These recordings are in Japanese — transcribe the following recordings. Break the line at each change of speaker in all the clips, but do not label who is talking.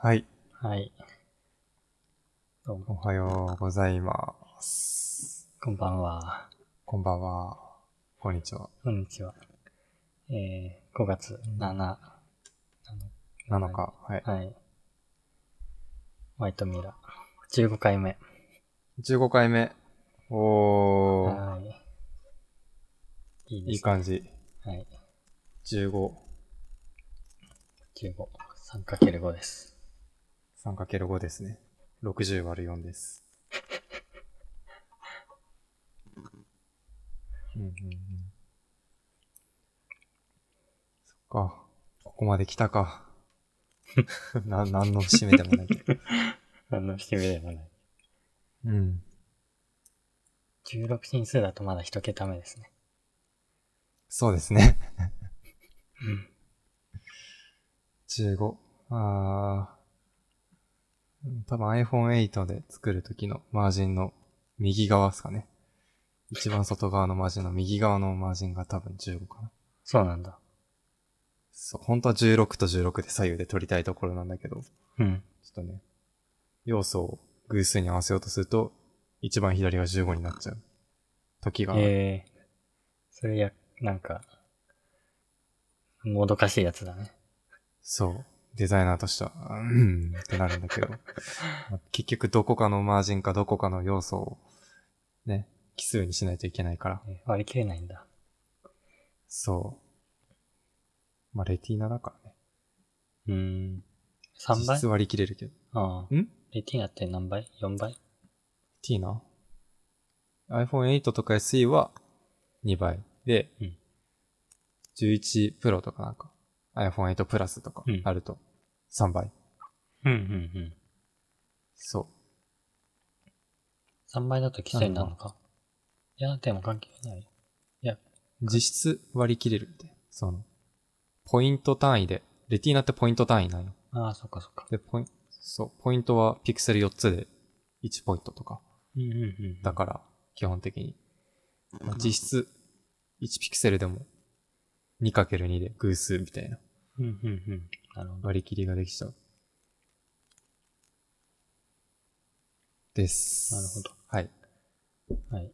はい。
はい。どう
お
も、
はようございます。
こんばんは。
こんばんは。こんにちは。
こんにちは。えー、5月7、あの
7。日。はい。
はい。ホワイトミラー。15回目。
15回目。おー。
はい。いい
い
で
い
すね。
感じ。
はい。
15。
15。3×5 です。
3×5 ですね。60割る4です。うんうんうん。そっか。ここまで来たか。な、何の節目でもないけど。
何の節目でもない。
うん。
16進数だとまだ1桁目ですね。
そうですね。
うん。
15。あー。多分 iPhone8 で作るときのマージンの右側ですかね。一番外側のマージンの右側のマージンが多分15かな。
そうなんだ。
そう、本当は16と16で左右で取りたいところなんだけど、ちょ
うん。
っとね、要素を偶数に合わせようとすると、一番左が15になっちゃう。時がある、
ええそれや、なんか、もどかしいやつだね。
そう、デザイナーとしては、うん、ってなるんだ けど、まあ結局どこかのマージンかどこかの要素を、ね、奇数にしないといけないから、
え割り切れないんだ。
そう。まあ、レティーナだからね。
うーん。3
実
倍
質割り切れるけど。
ああ。
ん
レティーナって何倍 ?4 倍
ティーナ ?iPhone8 とか SE は2倍。で、
うん
11 Pro とかなんか、iPhone8 プラスとか
うん
あると3倍。
うんうんうん。
そ
3倍だと基礎になるのか。いや、でも関係ない。
う。実質割り切れるって。その、ポイント単位で、レティーナってポイント単位なの。
ああ、そっかそっか。
で、ポインそう、ポイントはピクセル4つで1ポイントとか。
うんうんうん。
だから、基本的に。まあ実質、1ピクセルでも 2×2 で偶数みたいな
うんうんうん。なるほど。
割り切りができちゃう。です。
なるほど。
はい。
はい。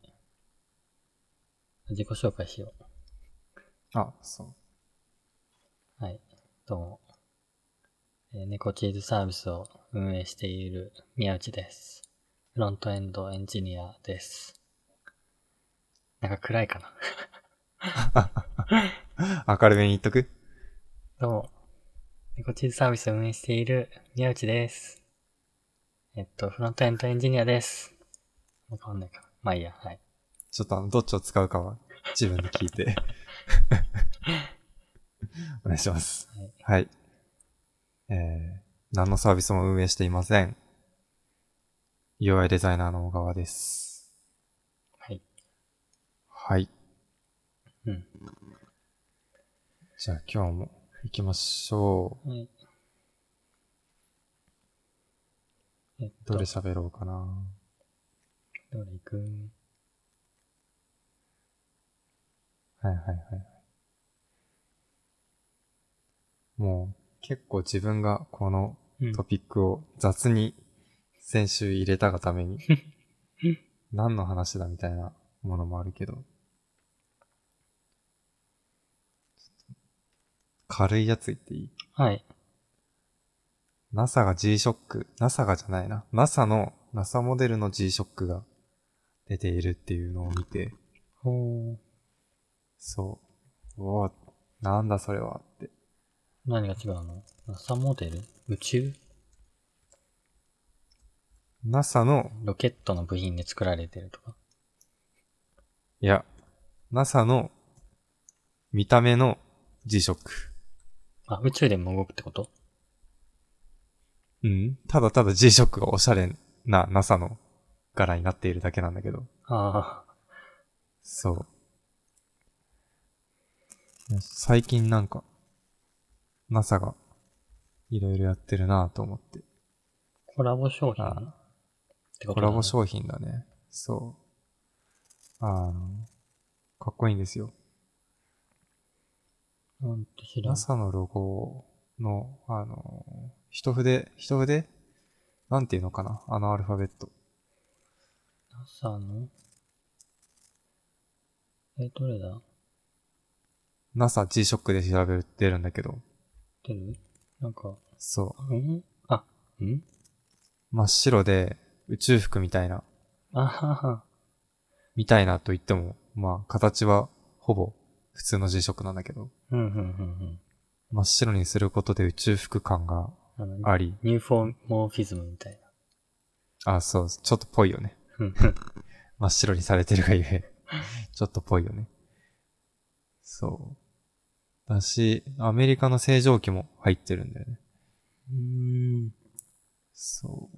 自己紹介しよ。
あ、そう
はい。どうも。えー猫チーズサービスを運営している宮内です。フロントエンドエンジニアです。なんか暗いかな。
う。明るめに言っとく
どうも。猫チーズサービスを運営している宮内です。えっと、フロントエンドエンジニアです。わかんないかな。まあいいや、はい。
ちょっとあの、どっちを使うかは自分で聞いて。 お願いします。はい。えー、何のサービスも運営していません。UI デザイナーの小川です。
はい。
はい。
うん。
じゃあ今日も行きましょ
はい。えっ
う。ど
と、
れ喋ろうかな。
どれ行く
はいはいはい。もう結構自分がこの
うん
トピックを雑に先週入れたがために、何の話だみたいなものもあるけど、ちょっと軽いやつ言っていい
はい。
?NASA が G-SHOCK、NASA がじゃないな、NASA の、NASA モデルの G-SHOCK が出ているっていうのを見て、
ほう。
そう、うわ、なんだそれはって。
何が違うの ?NASA モデル宇宙
NASA の、
ロケットの部品で作られてるとか。
いや、NASA の見た目の G-SHOCK。
あ、宇宙でも動くってこと
うん。ただただ G-SHOCK がおしゃれな NASA の柄になっているだけなんだけど。
ああ。
そう。いや最近なんか、NASA がいろいろやってるなぁと思って。
コラボ商品
あ
ってこと
コ
だ
ラ
ね
ボ商品だね。そう。あの、かっこいいんですよ。
なんて知らん。
NASA のロゴをの、あの、一筆、一筆なんていうのかなあのアルファベット。
NASA の、え、どれだ
NASA G-SHOCK で調べてるんだけど、
出るなんか、
そ
んあ、ん
う。真っ白で宇宙服みたいな、
あはは。
みたいなと言っても、まあ、形はほぼ普通の G-SHOCK なんだけど、
うん、うん、うん、
真っ白にすることで宇宙服感が
うん。あの、
あり、
ニューフォーモーフィズムみたいな。
あ、そう、ちょっとぽいよね。
うん
真っ白にされてるがゆえ、 ちょっとぽいよね。そう。だし、アメリカの星条旗も入ってるんだよね。
うん。
そう。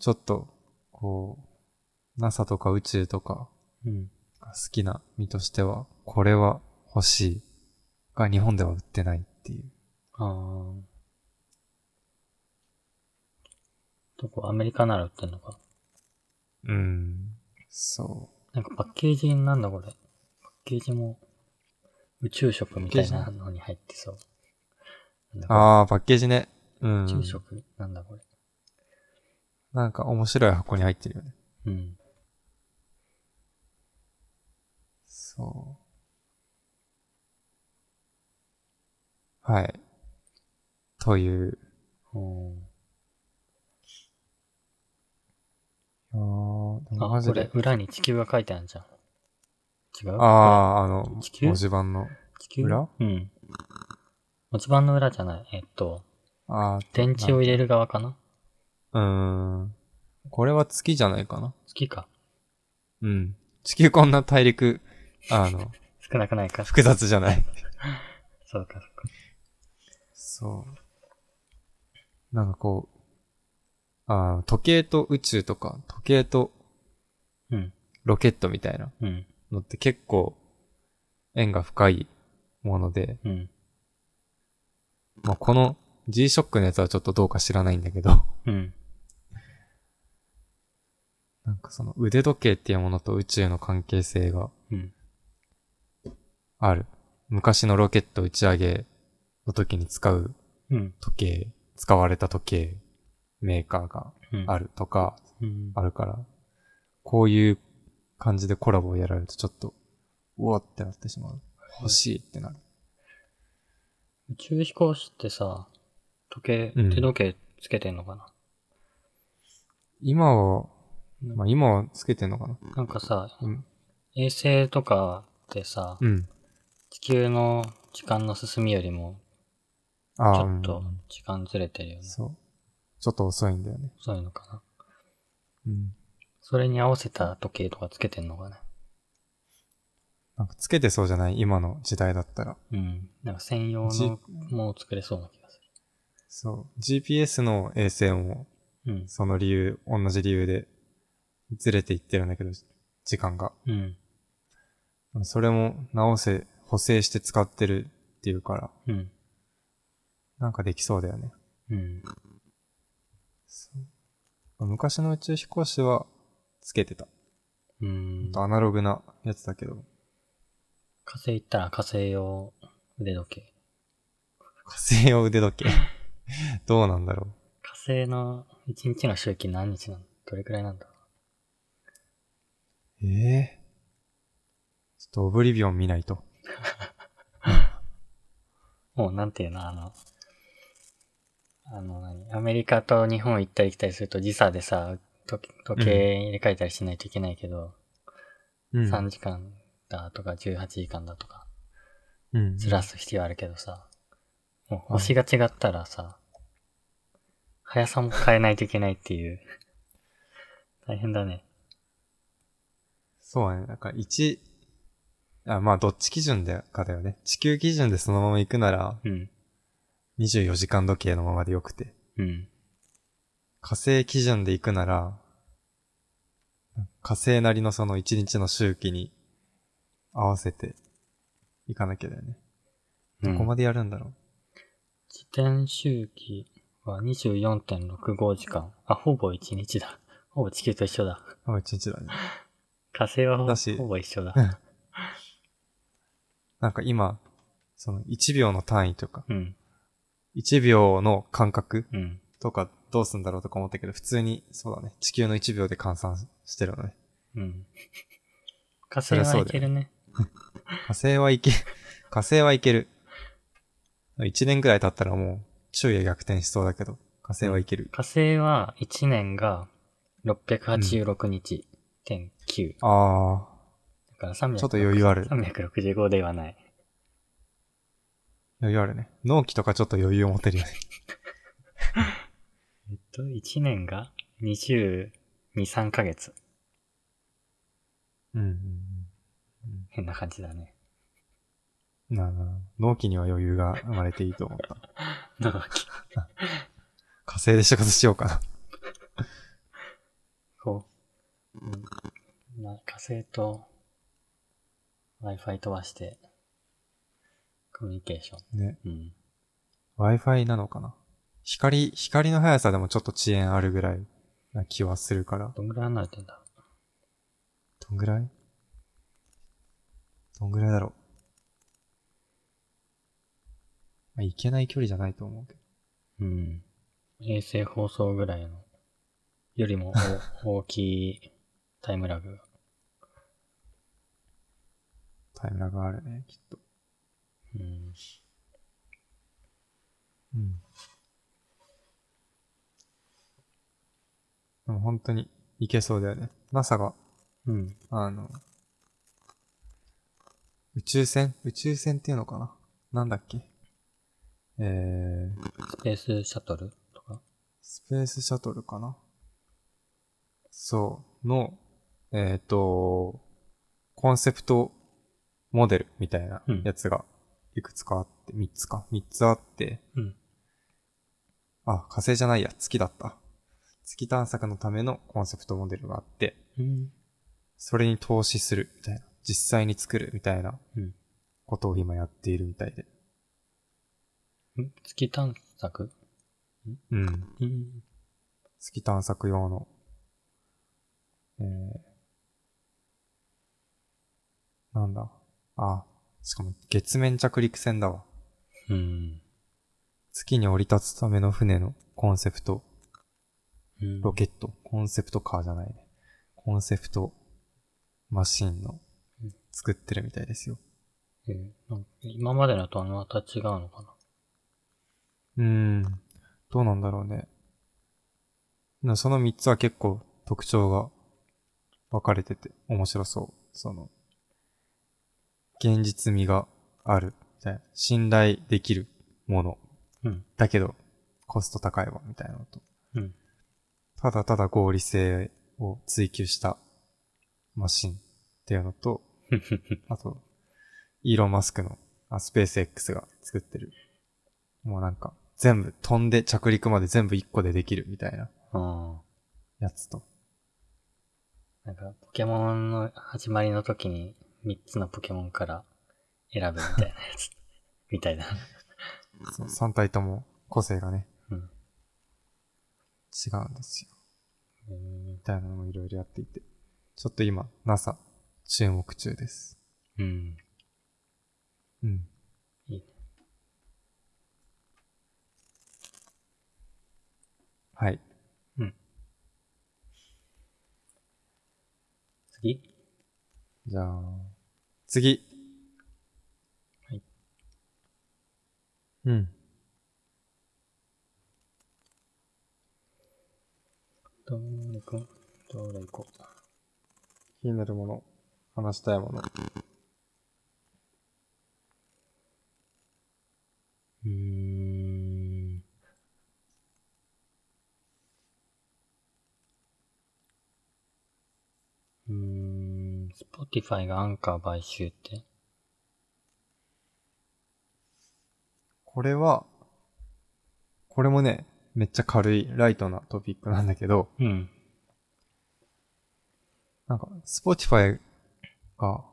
ちょっと、こう、NASA とか宇宙とか
うん。
が好きな身としては、これは欲しい。が日本では売ってないっていう。
ああ。どこアメリカなら売ってんのか。
うん。そ
なんかパッケージなんだこれ。パッケージも宇宙食みたいなのに入ってそう。なんだ
う。
これ
ああ、パッケージね。うん。
宇宙食なんだこれ。
なんか面白い箱に入ってるよね。
うん。
そう。はい。という。
おー
あーでもマ
あ、
ジ
こ
で
れ裏に地球が書いてあるじゃん。違う
ああ、あの、
地球
文字盤の。
地球
裏
うん。持ち盤の裏じゃない。えっと、
ああ、
電池を入れる側かな
うーん。これは月じゃないかな。
月か。
うん。地球こんな大陸、あの、
少なくないか。
複雑じゃない。
そうか、そうか。
そう。なんかこう、あー時計と宇宙とか、時計と
うん。
ロケットみたいな
うん。
のって結構縁が深いもので、
うん。
まあ、この G-SHOCK のやつはちょっとどうか知らないんだけど、
うん。
なんかその腕時計っていうものと宇宙の関係性が
うん。
ある。昔のロケット打ち上げの時に使う
うん。
時計、使われた時計メーカーが
うん。
あるとか、
うん。
あるから、こういう感じでコラボをやられるとちょっと、うわってなってしまう。欲しいってなる。
宇宙飛行士ってさ、時計、
うん
手時計つけてんのかな、
今は、まあ今はつけてんのかな
なんかさ、
うん。
衛星とかってさ、
うん。
地球の時間の進みよりも、ち
ああ、
ょっ
う
と
ん
時間ずれてるよね。
そう。ちょっと遅いんだよね。
そういうのかな。
うん。
それに合わせた時計とかつけてんのかね。
なんかつけてそうじゃない今の時代だったら。
うん。なんか専用
じ
のものを作れそうな気がす
そう。GPS の衛星も
る。
その理由、同じ理由でずれていってるんだけど、時間が。
うん。うん。
それも直せ、補正して使ってるっていうから、
うん。
なんかできそうだよね。
うん。
そう昔の宇宙飛行士はつけてた。
うん。
アナログなやつだけど、
火星行ったら火星用腕時計。
火星用腕時計。 どうなんだろ
火星の一日の周期何日なのどれくらいなんだろ
う。ええちょっとオブリビオン見ないと。
うもうなんていうのあの、あの何アメリカと日本行ったり来たりすると時差でさ、時時計入れ替えたりしないといけないけど、
うん。
3時間だとか18時間だとか、
うん。
ずらす必要あるけどさ、もう星が違ったらさ、速さも変えないといけないっていう。 大変だね。
そうだね。なんか1、あまあどっち基準でかだよね。地球基準でそのまま行くなら、
うん。
24時間時計のままでよくて。
うん。
火星基準で行くなら、火星なりのその1日の周期に合わせて行かなきゃだよね。
うん
どこまでやるんだろう。
自転周期は24.65時間。あ、ほぼ1日だ。ほぼ地球と一緒だ。
あ、1日だね。
火星はほ
だし
ほぼ一緒だ。
なんか今、その1秒の単位とか、
うん。
1秒の間隔
うん。
とかどうすんだろうとか思ったけど、普通に、そうだね、地球の1秒で換算してるのね。
うん。 火
そ
星
りゃそう
はい
だ
け
よ
るね。
火星はいけ、 火星はいける。1年くらい経ったらもう、昼夜逆転しそうだけど、火星はいける。
火星は1年が686日、点9。
あ
だから300
ー、ちょっと余裕ある。
365ではない。
余裕あるね。納期とかちょっと余裕を持てるよね。
えっと、1年が22、3ヶ月。
うんうん
変な感じだね。
うん。なあなあ納期には余裕が生まれていいと思った。
なんか
火星で仕事しようかな。
こう、うんな火星と Wi-Fi 飛ばして、コミュニケーション。
ね。
うん。
Wi-Fi なのかな。光、光の速さでもちょっと遅延あるぐらいな気はするから。
どんぐらい離れてんだろ
どんぐらいどんぐらいだろう。まあ、いけない距離じゃないと思うけど。
う。うん。衛星放送ぐらいの、よりもお 大きいタイムラグが。
タイムラグあるね、きっと。
うん。
うん。でも本当にいけそうだよね。NASA が、
うん。
あの、宇宙船宇宙船っていうのかななんだっけえー、
スペースシャトルとか。
スペースシャトルかなそう。の、えっ、と、コンセプトモデルみたいな
うん
やつがいくつかあって、3つか。3つあって、
うん。
あ、火星じゃないや、月だった。月探索のためのコンセプトモデルがあって、
うん。
それに投資するみたいな。実際に作るみたいな
うん
ことを今やっているみたいで。
ん月探索
うん。
うん。
月探索用の、えー、なんだ。あ、しかも月面着陸船だわ。
うん。
月に降り立つための船のコンセプト、
うん
ロケット、コンセプトカーじゃないね。コンセプトマシンの
うん
作ってるみたいですよ。
えーなんか今までのとはまた違うのか
うー
な
ん。どうなんだろうね。なその3つは結構特徴が分かれてて面白そう。その、現実味がある。みたいな信頼できるもの。
うん。
だけど、コスト高いわ、みたいなのと。
うん。
ただただ合理性を追求したマシンっていうのと、あと、イーロン・マスクのあスペース X が作ってる。もうなんか、全部飛んで着陸まで全部一個でできるみたいな
あ
やつと。
あ。なんか、ポケモンの始まりの時に3つのポケモンから選ぶみたいなや つ。みたいな。
そう3体とも個性がね、
うん
違うんですよ。
うん
みたいなのもいろいろやっていて。ちょっと今、NASA、注目中です。
うん。
うん。
いいね
はい。
次
じゃあ、次。
はい。
うん。
どれ行こうどれ行こう
気になるもの、話したいもの。
うーん。うーん。Spotify がアンカー買収って
これは、これもね、めっちゃ軽い、ライトなトピックなんだけど、
うん。
なんか、Spotify が、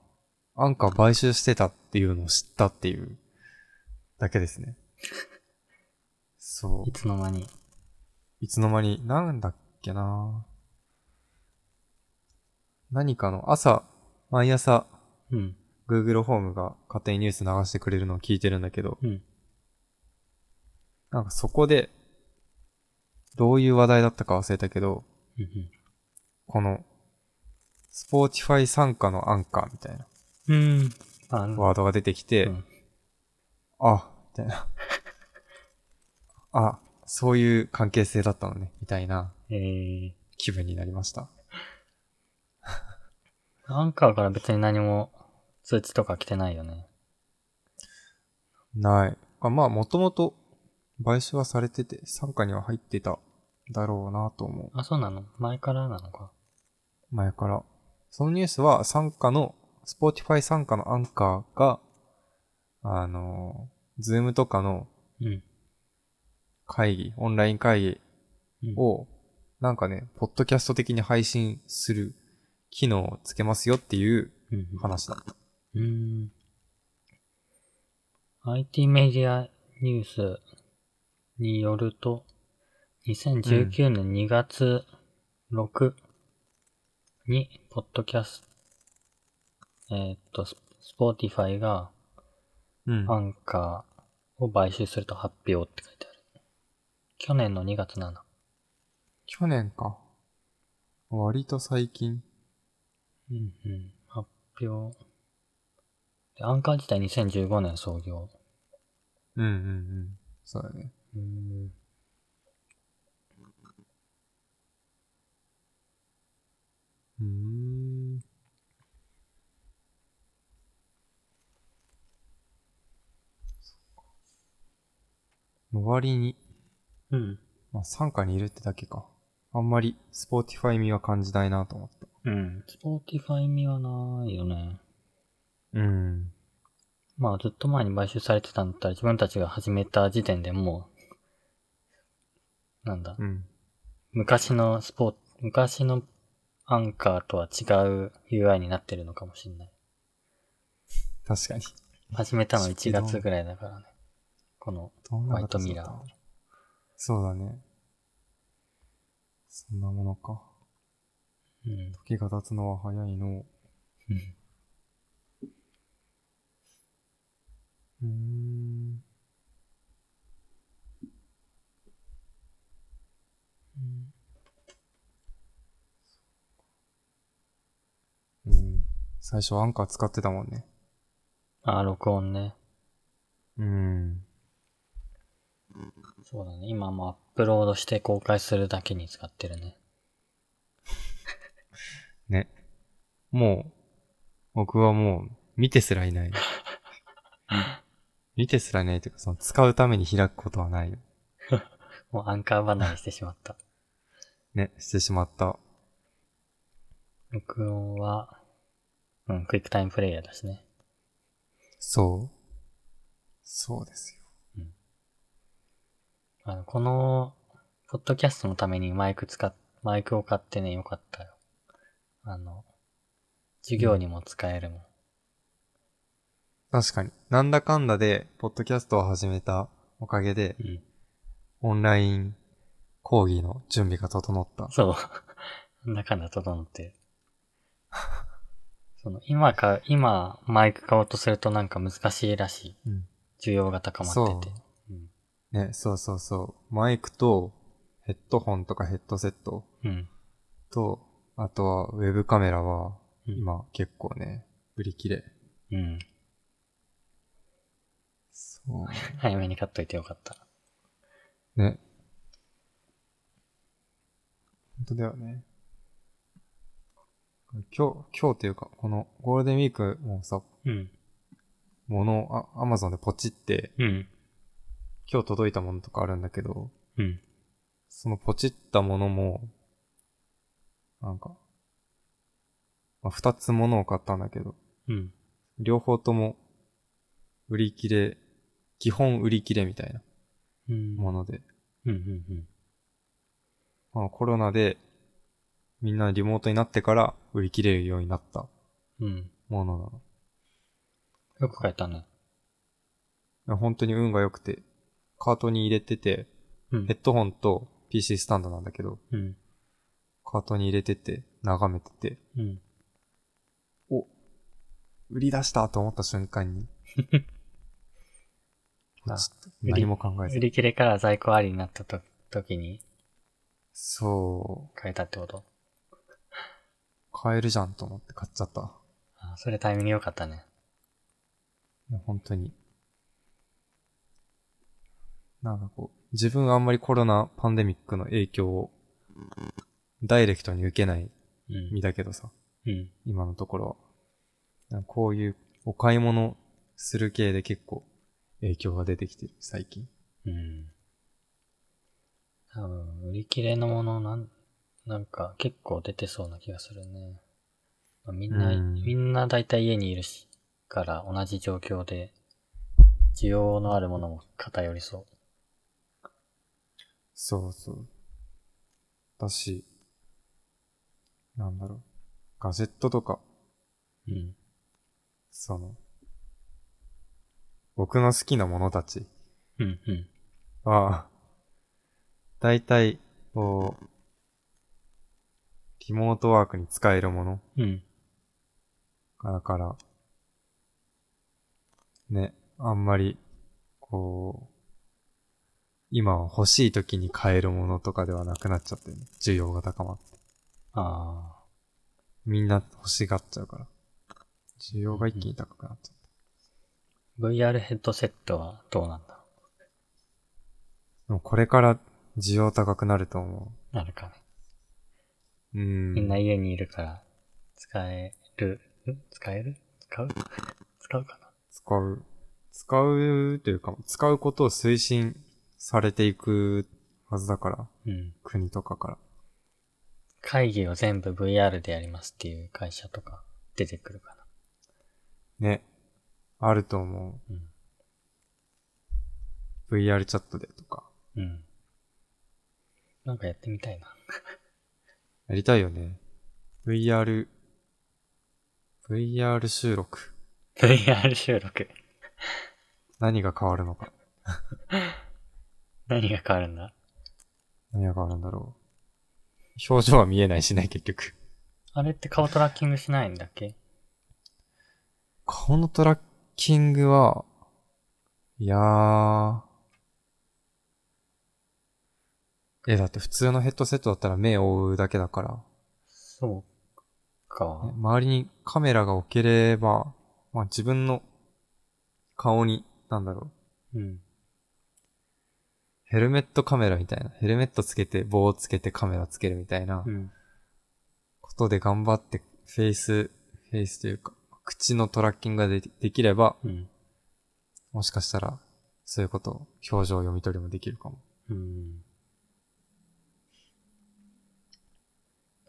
アンカー買収してたっていうのを知ったっていう、だけ ですね。そう
い。つの間に。
いつの間に、なんだっけな何かの朝、毎朝、
うん。
Google ホームが勝手にニュース流してくれるのを聞いてるんだけど、
うん。
なんかそこで、どういう話題だったか忘れたけど、
うんうん
この、スポーティファイ参加のアンカーみたいな
うん。あの、
ワードが出てきて、
うん
あ、みたいな。あ、そういう関係性だったのね、みたいな
えー、
気分になりました。
アンカーから別に何も通知とか来てないよね。
ない。あまあ、もともと、買収はされてて、参加には入ってただろうなと思う。
あ、そうなの前からなのか。
前から。そのニュースは、参加の、スポーティファイ参加のアンカーが、あの、ズームとかの
うん。
会議、オンライン会議
うん
を、なんかね、ポッドキャスト的に配信する機能をつけますよっていう
うんうん
話だった。
うーん。IT メディアニュースによると、2019年2月6に、ポッドキャスト、えーっと、ススポーティファイが
うん。
アンカーを買収すると発表って書いてある。去年の2月7。
去年か。割と最近。
うんうん。発表。でアンカー自体2015年創業。
うんうんうん。そうだね。
うーん。
うーん。の割に、
うん。
まあ、傘下にいるってだけか。あんまり、スポーティファイ味は感じないなと思った。
うん。スポーティファイ味はないよね。
うん。
まあずっと前に買収されてたんだったら自分たちが始めた時点でもう、なんだ、
うん。
昔のスポー、昔のアンカーとは違う UI になってるのかもしんない。
確かに。
始めたの1
スピー
月
ド
ぐらいだからね。この、
どんな形だった
ホワ
のそうだね。そんなものか。
うん。
時が経つのは早いのう。うーん。うん。最初アンカー使ってたもんね。
あ、録音ね。
うん。
そうだね。今もアップロードして公開するだけに使ってるね。
ね。もう、僕はもう、見てすらい ない。見てすらいないというか、その、使うために開くことはない。
もうアンカー離れしてしまった。
ね、してしまった。
録音は、うん、クイックタイムプレイヤーだしね。
そうそうですよ。
あの、この、ポッドキャストのためにマイク使っ、マイクを買ってね、よかったよ。あの、授業にも使えるもん。
確かに。なんだかんだで、ポッドキャストを始めたおかげで、
うん。
オンライン講義の準備が整った。
そう。 なんだかんだ整って る。その、今か、今、マイク買おうとするとなんか難しいらしい。
うん。
需要が高まってて。うん。
ね、そうそうそう。マイクと、ヘッドホンとかヘッドセット
うん。
と、あとはウェブカメラは、
うん
今結構ね、売り切れ。
うん。
そう。
早めに買っといてよかった。
ね。本当だよね。今日、今日というか、このゴールデンウィークもさ、
うん。
もの、あ、アマゾンでポチって、
うん。
今日届いたものとかあるんだけど、
うん。
そのポチったものも、なんか、まあ、二つものを買ったんだけど、
うん。
両方とも、売り切れ、基本売り切れみたいな
うん。
もので、
うん。うん。うん。
まあコロナで、みんなリモートになってから売り切れるようになった
うん。
ものなのい
よく買えたね。
や。本当に運が良くて、カートに入れてて、
うん
ヘッドホンと PC スタンドなんだけど、
うん。
カートに入れてて、眺めてて、
うん。
お、売り出したと思った瞬間に、こっちって何も考えず
売
に。
り切れから在庫ありになったと時に
そう。
変えたってこと
買えるじゃんと思って買っちゃった。
あそれタイミング良かったね。
いや本当に。なんかこう、自分はあんまりコロナパンデミックの影響をダイレクトに受けない
うん
身。だけどさ、
うん。
今のところは。なんかこういうお買い物する系で結構影響が出てきてる、最近。
うん。多分、売り切れのものなん、なんか結構出てそうな気がするね。まあ、みんな、
うん
みんな大体家にいるし、から同じ状況で、需要のあるものも偏りそ
そうそう。だし、なんだろう。ガジェットとか、
う。うん。
その、僕の好きなものたち
うん、うん。
ああ。大体、こう、リモートワークに使えるもの。
うん。
だから、ね、あんまり、こう、今は欲しい時に買えるものとかではなくなっちゃって、ね、需要が高まって。
ああ。
みんな欲しがっちゃうから。需要が一気に高くなっちゃっ
VR ヘッドセットはどうなんだろ
た。でもこれから需要高くなると思
うなるかね。
う。うん。
みんな家にいるから、使える、ん使える使う 使うかな
使う、使うというか、使うことを推進されていくはずだから、
うん。
国とかから。
会議を全部 VR でやりますっていう会社とか出てくるか
ね。あると思
な。
う。VR チャットでとか。
うん。うん。なんかやってみたいな。
やりたいよね。VR、VR 収録。
VR 収録。
何が変わるのか。
何が変わるんだ
何が変わるんだろう。表情は見えないしね、結局。
あれって顔トラッキングしないんだっけ
顔のトラッキングは、いやー。え、だって普通のヘッドセットだったら目を覆うだけだから、
そうか
ね。周りにカメラが置ければ、まあ自分の顔に、なんだろう、
うん。
ヘルメットカメラみたいな、ヘルメットつけて棒をつけてカメラつけるみたいな
うん。
ことで頑張ってフェイス、フェイスというか、口のトラッキングがでできれば、
うん。
もしかしたら、そういうこと、表情読み取りもできるかも。
うん。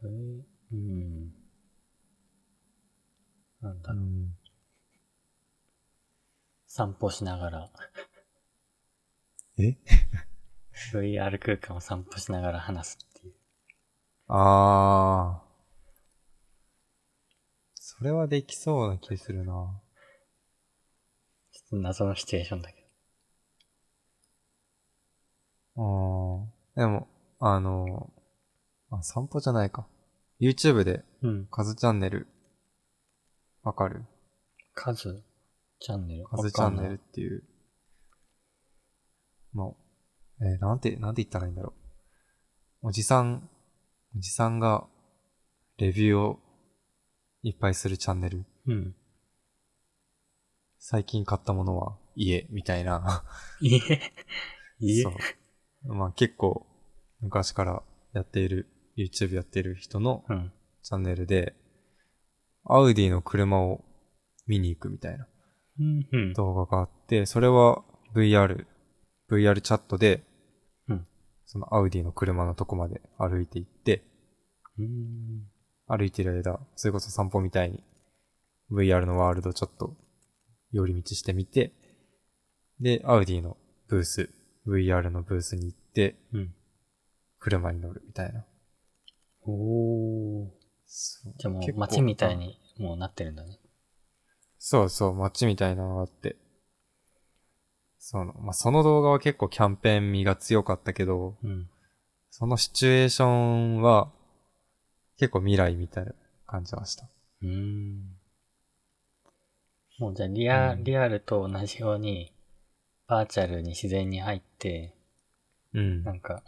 えーうん。なんだろう。
ん、
散歩しながら。
え
?VR 空間を散歩しながら話すっていう。
ああ。それはできそうな気するな。
ちょっと謎のシチュエーションだけ
あーでも、あのあ、散歩じゃないか。YouTube で、
ど。うん。
カズチャンネル、わかる
カズチャンネル。
カズチャンネ
わ
ル
かん
っ
ない。
ていう、まあ、えーなんて、なんて言ったらいいんだろう。おじさん、おじさんが、レビューを、いっぱいするチャンネル。
うん。
最近買ったものは、家、みたい な。
いえ。いえ
そ。う。まあ結構昔からやっている、YouTube やってる人の
うん。
チャンネルで、アウディの車を見に行くみたいな
うん。うん。
動画があって、それは VR、VR チャットで、
うん
そのアウディの車のとこまで歩いて行って、
うん。
歩いてる間、それこそ散歩みたいに VR のワールドちょっと寄り道してみて、で、アウディのブース、VR のブースに行って、
うん。
車に乗るみたいな。
おー。
そう
じゃあも
結
う
構
街みたいにもうなってるんだね。
そうそう、街みたいなのがあって。その、まあ、その動画は結構キャンペーン味が強かったけど、
うん。
そのシチュエーションは結構未来みたいな感じはした。
うん。もうじゃあリア、
うん
リアルと同じように、バーチャルに自然に入って、
うん
な。んか、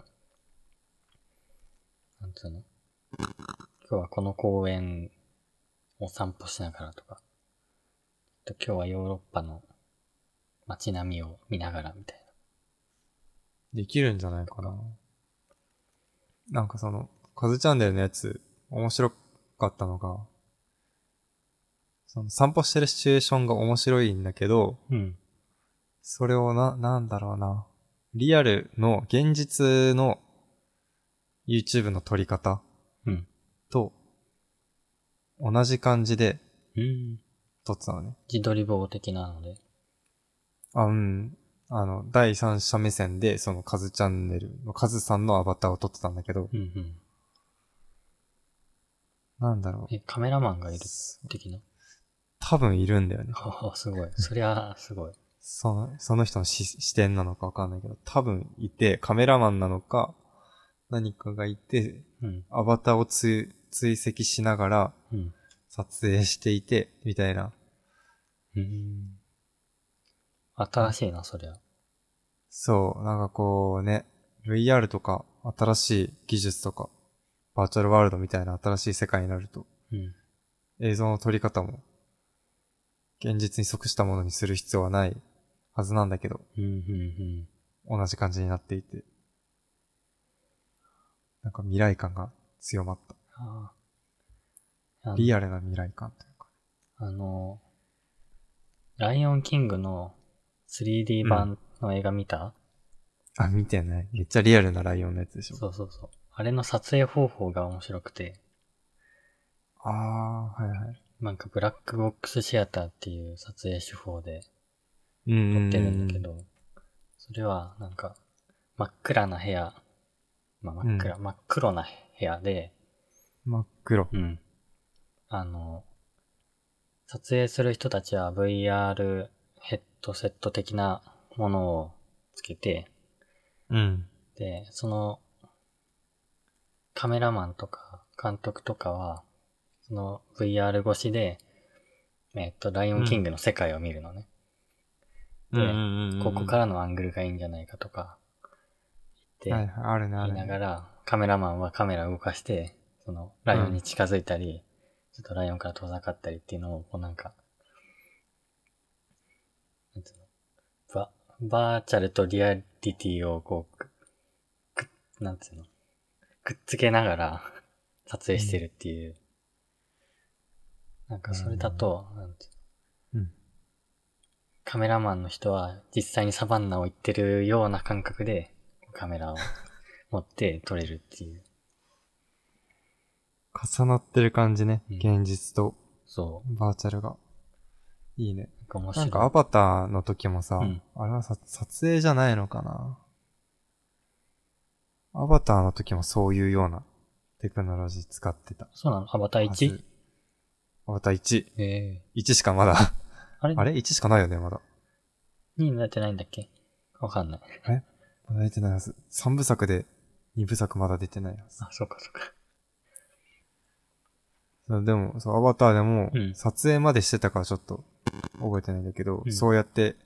なんつうの今日はこの公園を散歩しながらとか、と今日はヨーロッパの街並みを見ながらみたい
できるんじゃないかな。なんかその、カズチャンネルのやつ、面白かったのが、その散歩してるシチュエーションが面白いんだけど、
な。うん。
それをな、なんだろうな。リアルの、現実の YouTube の撮り方
うん。
と同じ感じで
うん。
撮ってたのね。
自撮り棒的なので。
あ、うん。あの、第三者目線で、そのカズチャンネルのカズさんのアバターを撮ってたんだけど、
うんうん。
なんだろう。
え、カメラマンがいる的な。
多分いるんだよね。
ああ、すごい。そりゃあ、すごい。
その、その人の視視点なのかわかんないけど、多分いて、カメラマンなのか、何かがいて、
うん。
アバターをつ追跡しながら
うん。
撮影していて、みたいな。
うん。新しいな、そりゃ。
そう、なんかこうね、VR とか、新しい技術とか、バーチャルワールドみたいな新しい世界になると、
うん。
映像の撮り方も、現実に即したものにする必要はないはずなんだけど、
うん、うん、
同じ感じになっていて、なんか未来感が強まった。
うん。ああ。あの
リアルな未来感というか。
あの、ライオンキングの 3D 版の映画見た、
あ、見てない。めっちゃリアルなライオンのやつでしょ。
そうそうそう。あれの撮影方法が面白くて、
ああ、はいはい。
なんかブラックボックスシアターっていう撮影手法で
うんうんうん。
撮ってるんだけど、それはなんか真っ暗な部屋、まあ真っ暗、真っ黒な部屋で、
真っ黒。
うん。あの、撮影する人たちは VR ヘッドセット的なものをつけて、
うん。、
で、その、カメラマンとか監督とかは、その VR 越しで、えっと、ライオンキングの世界を見るのね。でここかららのアングルがいいんじゃないかとか、言
はい
っ
はい
て、、
あるね、あ
言い
る
な
ね。
がら、カメラマンはカメラを動かして、その、ライオンに近づいたり、ちょっとライオンから遠ざかったりっていうのを、こうなんか、なんつうのバ、バーチャルとリアリティをこう、く、くなんつうの、くっつけながら撮影してるっていう。なんかそれだと、なんつうの
うん。
カメラマンの人は実際にサバンナを行ってるような感覚でカメラを持って撮れるっていう。
重なってる感じね。
うん
現実と
そう。
バーチャルが。いいね。
なんか面白。
ないんかアバターの時もさ、
うん
あれはさ撮影じゃないのかな。アバターの時もそういうようなテクノロジー使ってた。
そうなのアバター 1?
ずアバター1。
ええ
1しかま だ。
あれ
あれ ?1 しかないよね、まだ。
?2 になってないんだっけわかんない。
まだ出てないはず。3部作で2部作まだ出てないはず
あ、そうかそうか。
そう。でも、そう、アバターでも
う、ん
撮影までしてたからちょっと覚えてないんだけど、
うん
そうやって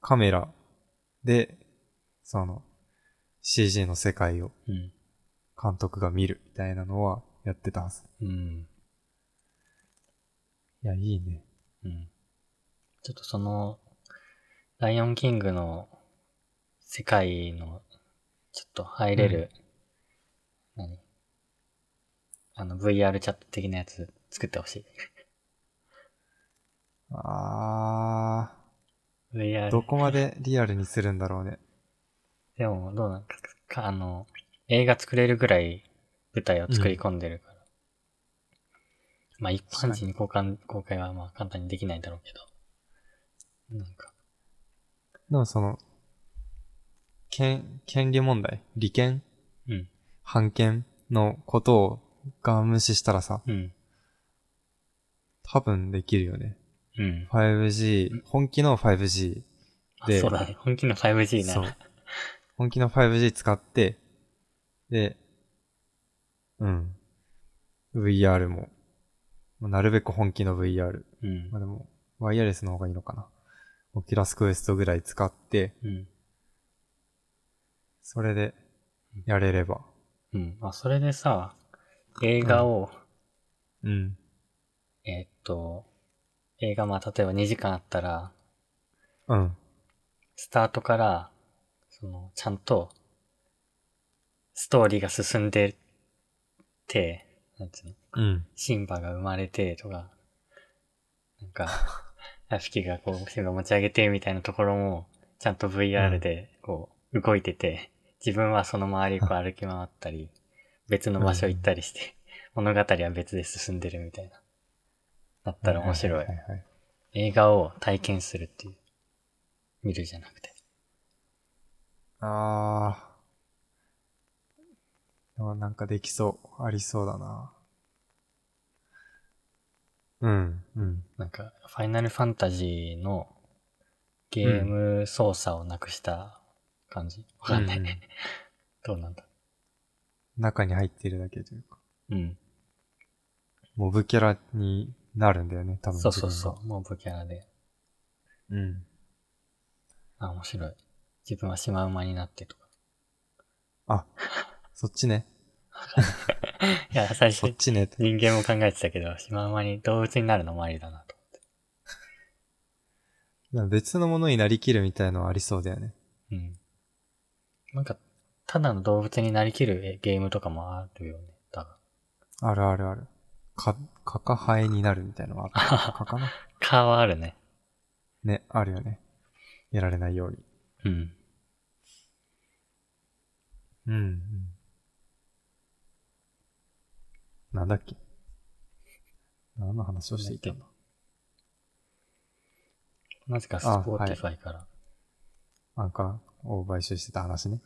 カメラで、その、CG の世界を
うん。
監督が見るみたいなのはやってたはず。
うん。
いや、いいね。
うん。ちょっとその、ライオンキングの世界の、ちょっと入れる、何あの、VR チャット的なやつ作ってほし
あ
い。VR
ー、どこまでリアルにするんだろうね。
でも、どうなんか、かあの、映画作れるぐらい舞台を作り込んでるから。まあ、一般人に公開、公開はまあ簡単にできないだろうけど。なんか、
でもその、権、権利問題利権
うん、
判権のことをが無視したらさ、
うん、
多分できるよね。
うん。う
5G
ん、
本気の 5G
あ
で
そうだね。本気の 5G
そう
ね。
本気の 5G 使って、で、うん。VR も、もうなるべく本気の VR。
うん
まあ、でも、ワイヤレスの方がいいのかな。オキュラスクエストぐらい使って、
うん。
それでやれれば。
うん。あ、それでさ、映画を、
うん。
えーっと、映画まあ、例えば2時間あったら、
うん。
スタートから、その、ちゃんと、ストーリーが進んでて、なんつうの、
うん。
シンバが生まれてとか、な んか、ラフキがこう、シンバ持ち上げてみたいなところも、ちゃんと VR でこう、動いてて、自分はその周りをこう歩き回ったり、別の場所行ったりして、物語は別で進んでるみたいな。だったら面白
は。
い
いはい。
映画を体験するっていう。見るじゃなくて。
あー。でもなんかできそう。ありそうだな。うん。うん。
なんか、ファイナルファンタジーのゲーム操作をなくした感じ。わかんない。
うんうん
どうなんだ。
中に入ってるだけというか。
うん。
モブキャラになるんだよね、多分。
そうそうそう。モブキャラで。
う。うん。
あ、面白い。自分はシマウマになってとか。
あ、そっちね。
いや、最
そっ
初、
ちねって。
人間も考えてたけど、シマウマに動物になるのもありだなと。
なんか別のものになりきるみたいのはありそうだよね。
うん。なんか、ただの動物になりきるえゲームとかもあるよね。多分。
あるあるある。か、かかハエになるみたいのはあ った。かかな
蚊はあるね。
ね、あるよね。やられないように。
うん。
うん、うん。なんだっけ何の話をしていたんだ
なぜかス
あ
ポーティファイから。
アンカーを買収してた話 ね。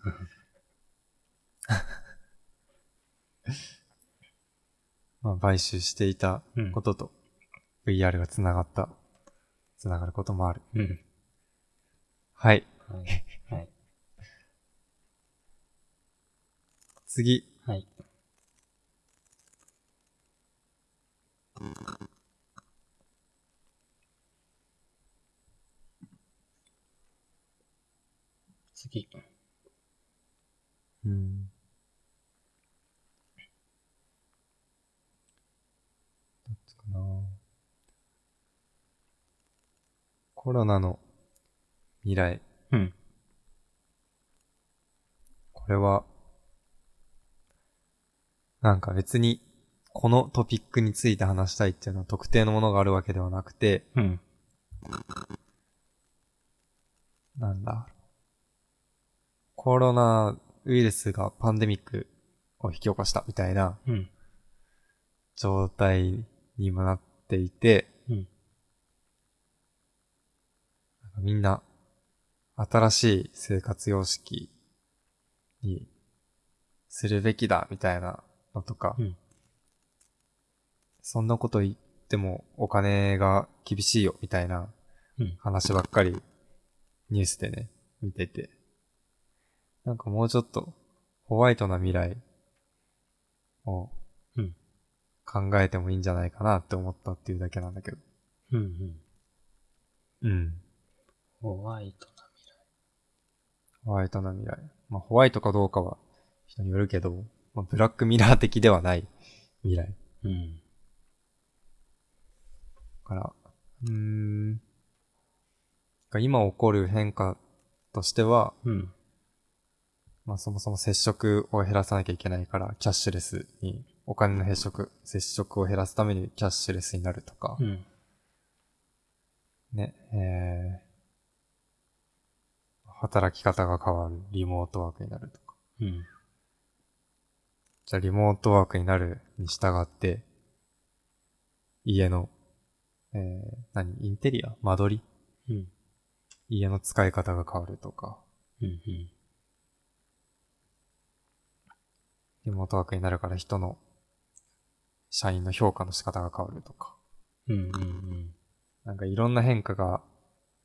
まあ、買収していた
うん
ことと、VR が繋がった、繋がることもある。
うん。
はい。
はい。はい。
次。
はい。次。
うん。どっちかなコロナの未来。
うん。
これは、なんか別に、このトピックについて話したいっていうのは特定のものがあるわけではなくて、
うん。
なんだ。コロナウイルスがパンデミックを引き起こしたみたいな
うん。
状態にもなっていて、
うん
なんかみんな、新しい生活様式にするべきだみたいなのとか、
うん
そんなこと言ってもお金が厳しいよみたいな
うん。
話ばっかりニュースでね、見てて。なんかもうちょっとホワイトな未来を
うん
考えてもいいんじゃないかなって思ったっていうだけなんだけど。
うん。
う
うん。
ん。
ホワイトな
ホワイトな未来。まあホワイトかどうかは人によるけど、まあ、ブラックミラー的ではない未来。
未来。うん。
から、うーん。なんか今起こる変化としては、
うん。
まあそもそも接触を減らさなきゃいけないから、キャッシュレスに、お金の接触、接触を減らすためにキャッシュレスになるとか
う、ん。
ね、えー、働き方が変わる、リモートワークになるとか。
うん。
じゃあリモートワークになるに従って、家の、えー、何インテリア間取り
うん。
家の使い方が変わるとか、
うん。
リモートワークになるから人の、社員の評価の仕方が変わるとか。
うん。うん。
なんかいろんな変化が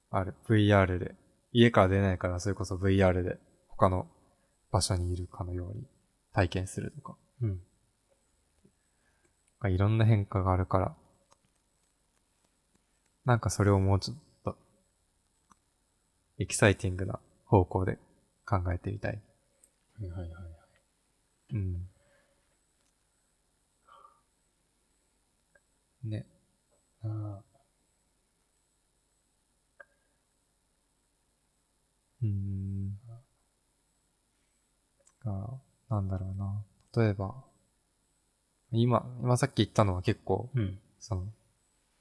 ある。VR で。家から出ないから、それこそ VR で他の場所にいるかのように体験するとか。
うん。
なんかいろんな変化があるから。なんかそれをもうちょっとエキサイティングな方向で考えてみたい。
はいはいはい。
うん。ね。
あ
うーん。が、なんだろうな。例えば、今、今さっき言ったのは結構、
ーうん。
その、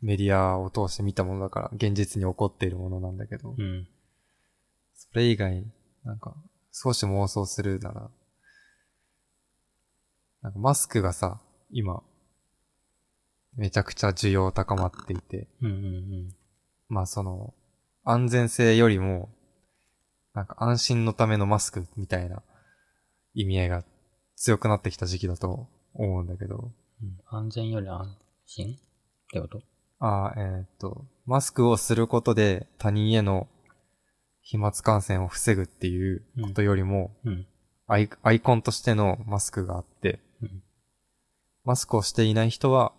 メディアを通して見たものだから、現実に起こっているものなんだけど、
うん。
それ以外、なんか、少し妄想するなら、なんかマスクがさ、今、めちゃくちゃ需要高まっていて、
うんうん
まあその、安全性よりも、なんか安心のためのマスクみたいな意味合いが強くなってきた時期だと思うんだけど、
うん。安全より安心ってこと
あーえーっと、マスクをすることで他人への飛沫感染を防ぐっていうことよりも、
うん。
アイアイコンとしてのマスクがあって、
うん。
マスクをしていない人は、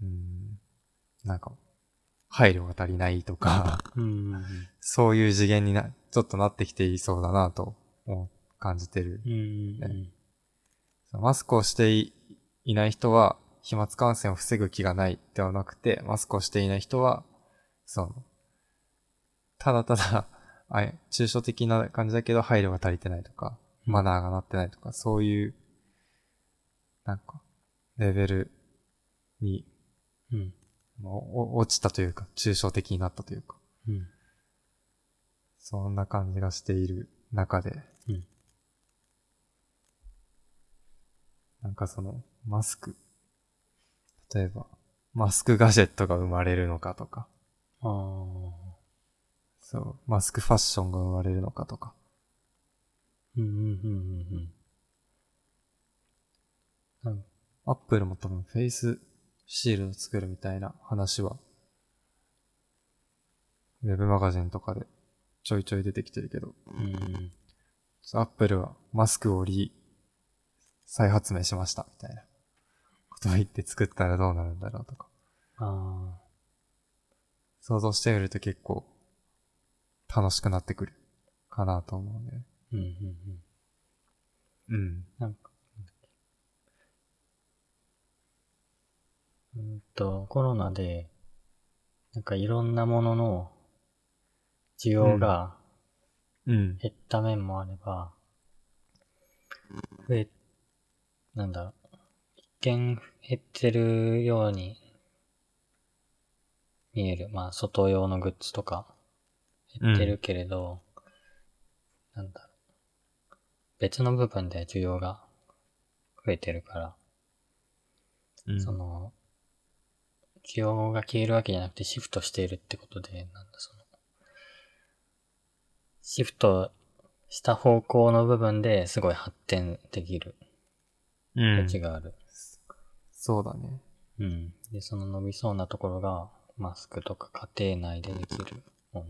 うーん、なんか、配慮が足りないと か、
うん。
そういう次元にな、ちょっとなってきていそうだなと思う感じてる。
うん。うん。
マスクをしていいない人は、飛沫感染を防ぐ気がないではなくて、マスクをしていない人は、その、ただただ、あい抽象的な感じだけど、配慮が足りてないとか、マナーがなってないとか、そういう、なんか、レベルに、
うん。
まあお落ちたというか、抽象的になったというか。
うん。
そんな感じがしている中で、
うん
なんかその、マスク。例えば、マスクガジェットが生まれるのかとか、
ああ。
そう、マスクファッションが生まれるのかとか、
うんうんうんうんうん。なん
アップルも多分フェイスシールを作るみたいな話は、ウェブマガジンとかでちょいちょい出てきてるけど、
うん。
アップルはマスクをリ再発明しました、みたいなことを言って作ったらどうなるんだろうとか、
あ
想像してみると結構楽しくなってくるかなと思うんだよね。
あ。うんうんうん。
うん。
なんか、うーんと、コロナで、なんかいろんなものの需要が
うん。
減った面もあれば、増え、なんだ、一見減ってるように見える。まあ、外用のグッズとか減ってるけれど、なんだろう、別の部分で需要が増えてるから、
うん
その、需要が消えるわけじゃなくてシフトしているってことで、なんだその、シフトした方向の部分ですごい発展できる
う
余
ん
地。がある。
そうだね。
うん。で、その伸びそうなところが、マスクとか家庭内でできるも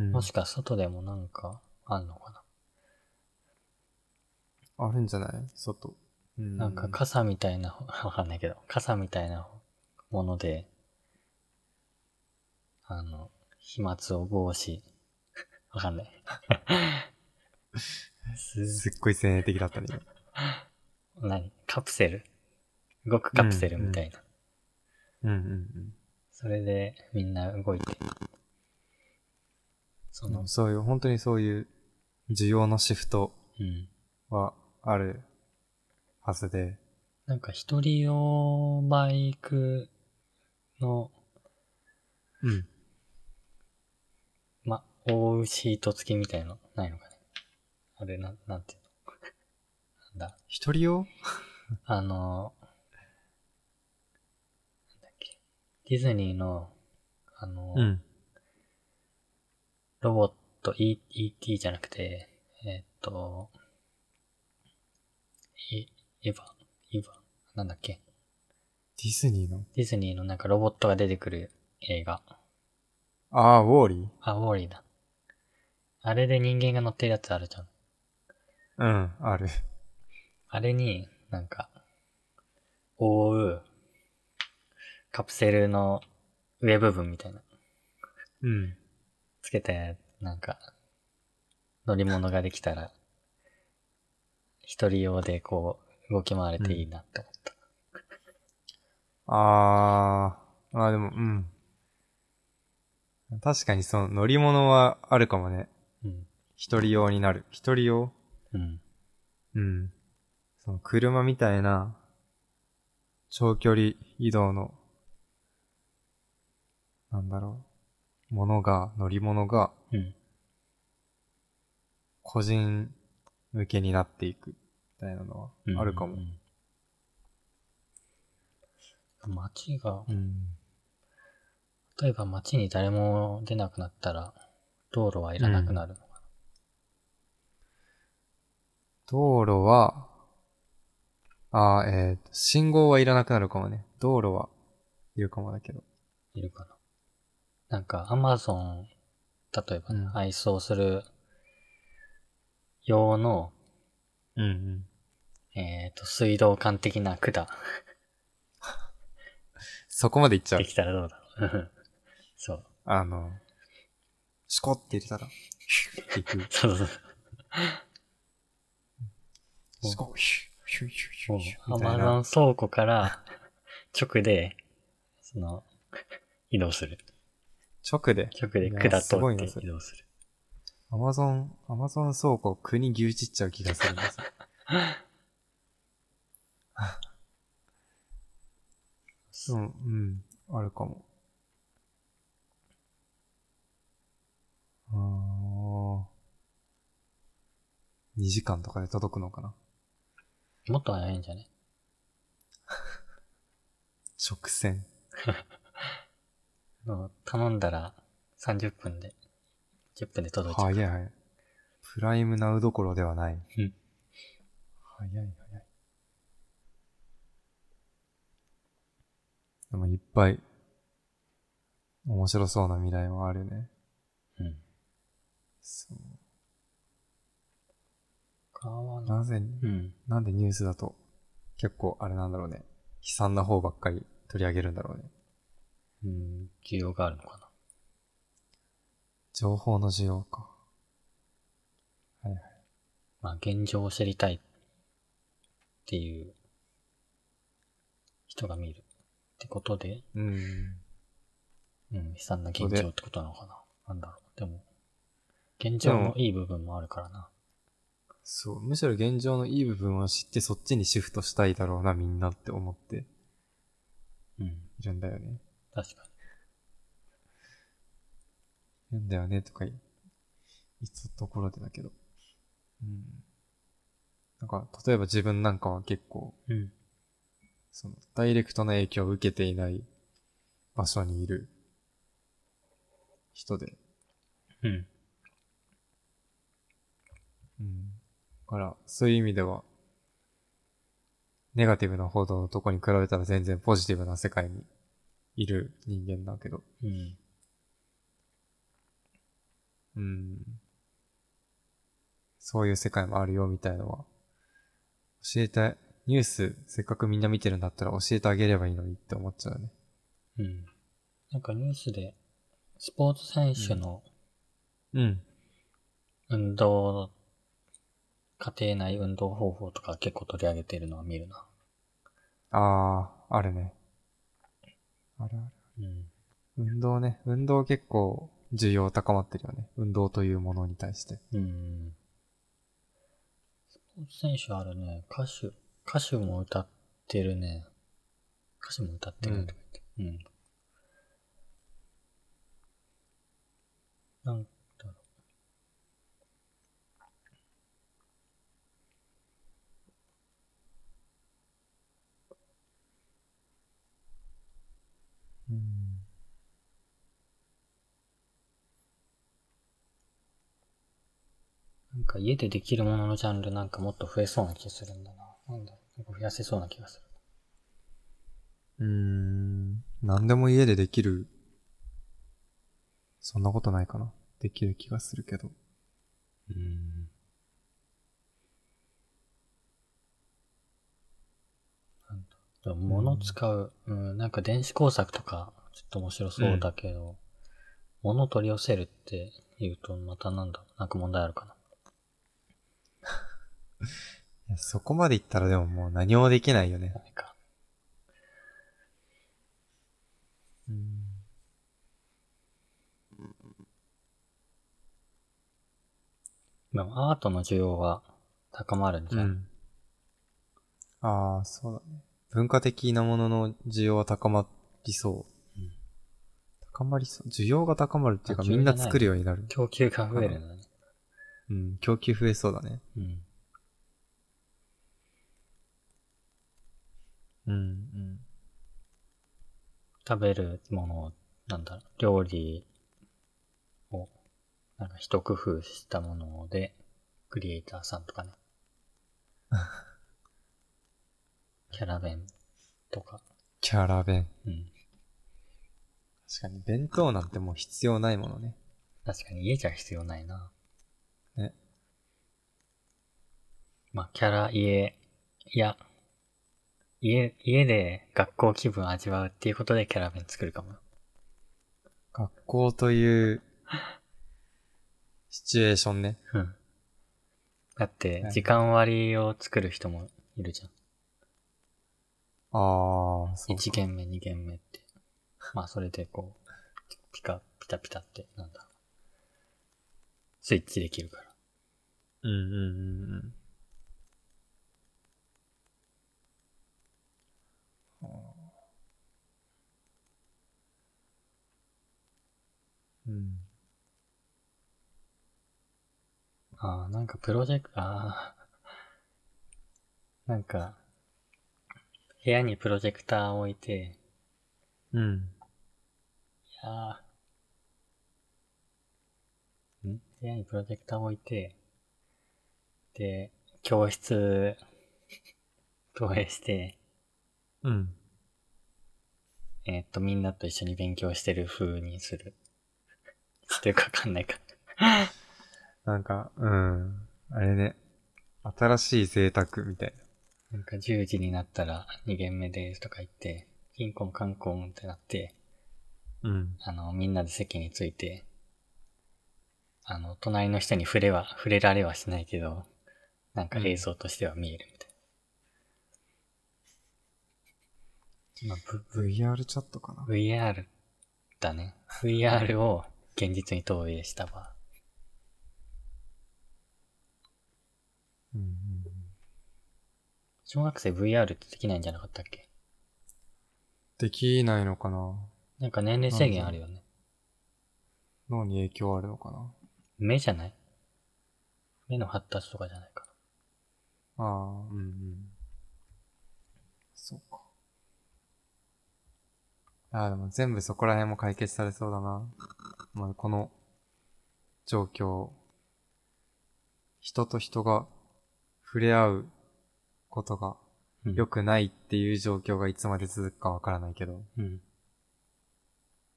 うん。
もしか外でもなんかあんのかな、
あるんじゃない外。うん
なんか傘みたいな、 わかんないけど、傘みたいなもので、あの、飛沫を防止。 わかんない。す
すっごい先鋭的だったね。今
何カプセル動くカプセルみたいな。
うんうん
それでみんな動いて。そ
うん
の、
そういう、本当にそういう需要のシフト
うん。
はあるはずで。
なんか一人用バイクの、
うん。
ま、覆うシート付きみたいの、ないのかね。あれ、なん、なんていうの なんだ。
一人用
あの、なんだっけ。ディズニーの、あの、
うん。
ロボット、E- ET じゃなくて、えーっと、いエヴァ、エヴァ、なんだっけ。
ディズニーの
ディズニーのなんかロボットが出てくる映画。
ああ、ウォーリ
あ、ウォーリーだ。あれで人間が乗ってるやつあるじゃん。
ーうん、ある。
あれに、なんか、覆う、カプセルの上部分みたいな。
うん。
つけて、なんか、乗り物ができたら、一人用でこう、動き回れていいなって思った。
あー、まあでも、うん。確かにその乗り物はあるかもね。
うん。
一人用になる。一人用
うん。
うん。その車みたいな、長距離移動の、なんだろう、ものが、乗り物が、
うん。
個人向けになっていく、みたいなの
うん
は、あるかも。。
うん街が、
うん。
例えば街に誰も出なくなったら、道路はいらなくなるのかな。
道路は、あーえーと、信号はいらなくなるかもね。道路は、いるかもだけど。
いるかな。なんか、アマゾン、例えばね、
うん
配送する用の、
うんうん。
えっ、と、水道管的な管、
そこまで行っちゃう
で。きたらどうだろう。そう。
あの、シコって入れた ら、ヒュッっていく。
そうそうそう。うん
すごい。ヒュッヒュッヒュ
も
ッ
う
ヒュッ、
ア
みたい
マ
な
ゾン倉庫から直で、その、移動する。
直で。
直で
いや
管
す
通
ごい
っ
な
て
それ
移動する。
アマゾン、アマゾン倉庫を国牛耳っちゃう気がするんですよ。そう、うん、あるかも。あー2時間とかで届くのかな
もっと早いんじゃね
直線。
もう頼んだら30分で、10分で届いちゃう。
早い早い。プライムナウどころではない。
うん
早い早い。でもいっぱい、面白そうな未来はあるね。
うん。
そう
他はな
なぜ、
うん。
なんでニュースだと、結構あれなんだろうね。悲惨な方ばっかり取り上げるんだろうね。
うん。需要があるのかな。
情報の需要か。
まあ、現状を知りたいっていう人が見るってことで、
うん。
うん、悲惨な現
それで
状ってことなのかな。なんだろう。でも、現状のいい部分もあるからな。
そう。むしろ現状のいい部分を知ってそっちにシフトしたいだろうな、みんなって思って
うん。
いるんだよね。
確か
いるんだよねとか言いつところでだけど。うん。なんか、例えば自分なんかは結構、
に。うん。
その、ダイレクトな影響を受けていない場所にいる人で。
うん。
うん。だから、そういう意味では、ネガティブな報道のとこに比べたら全然ポジティブな世界にいる人間だけど。
うん。
うん。そういう世界もあるよみたいのは、教えて、ニュースせっかくみんな見てるんだったら教えてあげればいいのにって思っちゃうね。
うん。なんかニュースで、スポーツ選手の
うん。
運動、家庭内運動方法とか結構取り上げてるのは見るな。
ああ、あるね。あるある。
うん。
運動ね。運動結構需要高まってるよね。運動というものに対して。
うん。スポーツ選手あるね。歌手、歌手も歌ってるね。歌手も歌ってるねとか言って。うん。なんだろう。
うん。
なんか家でできるもののジャンルなんかもっと増えそうな気するんだな。なんだろう。なんか増やせそうな気がする。
うん。何でも家でできる。そんなことないかな。できる気がするけど。
うん。なんだでも物使う、うん、なんか電子工作とか、ちょっと面白そうだけど、物取り寄せるって言うとまたなんだ、なんか問題あるかな。
いやそこまで行ったらでももう何もできないよね
ダ。メか。でもアートの需要は高まるんじ
う
ゃん。
ん。ああ、そうだね。文化的なものの需要は高まりそう。
うん
高まりそう。需要が高まるっていうか
あ
みんな作るようになる。
供給が増えるんだね。
うん、供給増えそうだね。
うん。
うん、うん。
食べるものを、なんだろう、料理を、なんか一工夫したもので、クリエイターさんとかね。キャラ弁とか。
キャラ弁。
うん。
確かに弁当なんてもう必要ないものね。
確かに家じゃ必要ないな。
ね。
まあ、キャラ、家、いや、家、家で学校気分味わうっていうことでキャラ弁作るかも。
学校という、シチュエーションね。
うん。だって
は、い
時間割を作る人もいるじゃん。
ああ、そう。
1限目、2限目って。まあ、それでこう、ピカ、ピタピタって、なんだろう。スイッチできるから。
うんうんうんうん。うん。
ああ、なんかプロジェクト、ああ。なんか、部屋にプロジェクターを置いて、
うん。
いやーん部屋にプロジェクターを置いて、で、教室、 投影して、
うん。
えーっと、みんなと一緒に勉強してる風にする。 してるかわかんないか。
なんか、うん。あれね。新しい贅沢みたい
なんか10時になったら2限目ですとか言って、ピンコンカンコンってなって、
な。うん。
あの、みんなで席について、あの、隣の人に触れは、触れられはしないけど、なんか映像としては見えるみたいな。まあ
VR チャットかな。
v VR だね。VR を現実に投影した場合。
うんうんうん。
小学生 VR ってできないんじゃなかったっけ
できないのかな
なんか年齢制限あるよね。
脳に影響あるのかな
目じゃない目の発達とかじゃないか
ああ、うんうん。そうか。ああ、でも全部そこら辺も解決されそうだな。まあ、この状況、人と人が触れ合うことが
な。うん
良くないっていう状況がいつまで続くかわからないけど、
うん。
で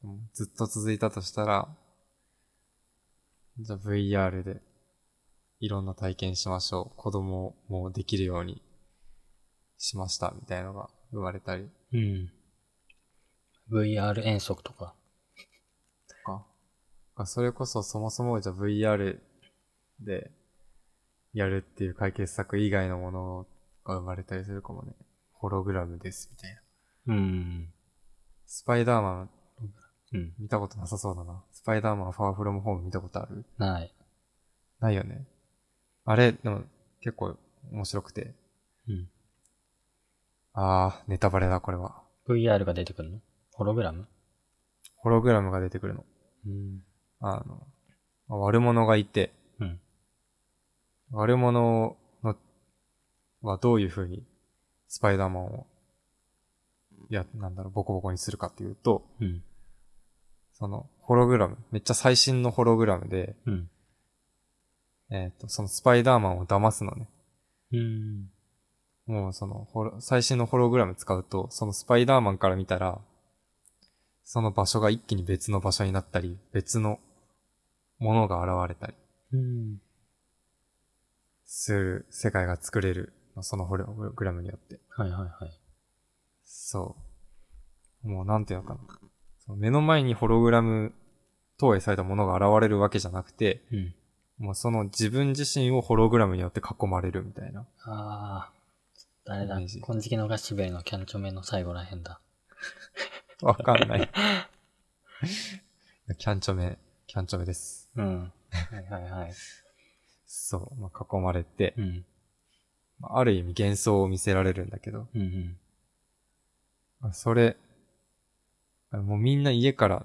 もずっと続いたとしたら、じゃあ VR でいろんな体験しましょう。子供もできるようにしましたみたいのが生まれたり
うん。VR 遠足とか。
とか。まあそれこそそもそもじゃあ VR でやるっていう解決策以外のものが生まれたりするかもね。ホログラムですみたいな。
うん。
スパイダーマン
うん。
見たことなさそうだな。スパイダーマンファーフロムホーム見たことある
ない。
ないよね。あれ、でも結構面白くて。
うん。
あー、ネタバレだ、これは。
VR が出てくるのホログラム
ホログラムが出てくるの。
うん。
あの、まあ悪者がいて、
うん。
悪者のはどういう風にスパイダーマンを、いや、なんだろう、ボコボコにするかっていうと、
うん。
その、ホログラム、めっちゃ最新のホログラムで、
うん。
えっ、と、そのスパイダーマンを騙すのね。
うん。
もうそのホロ、最新のホログラム使うと、そのスパイダーマンから見たら、その場所が一気に別の場所になったり、別のものが現れたり
うん。
する世界が作れる。そのホログラムによって。
はいはいはい。
そう。もうなんていうのかな。その目の前にホログラム投影されたものが現れるわけじゃなくて、
うん。
もうその自分自身をホログラムによって囲まれるみたいな。
ああ、誰だ
イメージ
金色のガッシュベルのキャンチョメの最後らへんだ。
わかんない。キャンチョメ、キャンチョメです。
うん。はいはいはい。
そう、まあ、囲まれて、
うん。
まあある意味幻想を見せられるんだけど、
うんうん。
まあそれ、あもうみんな家から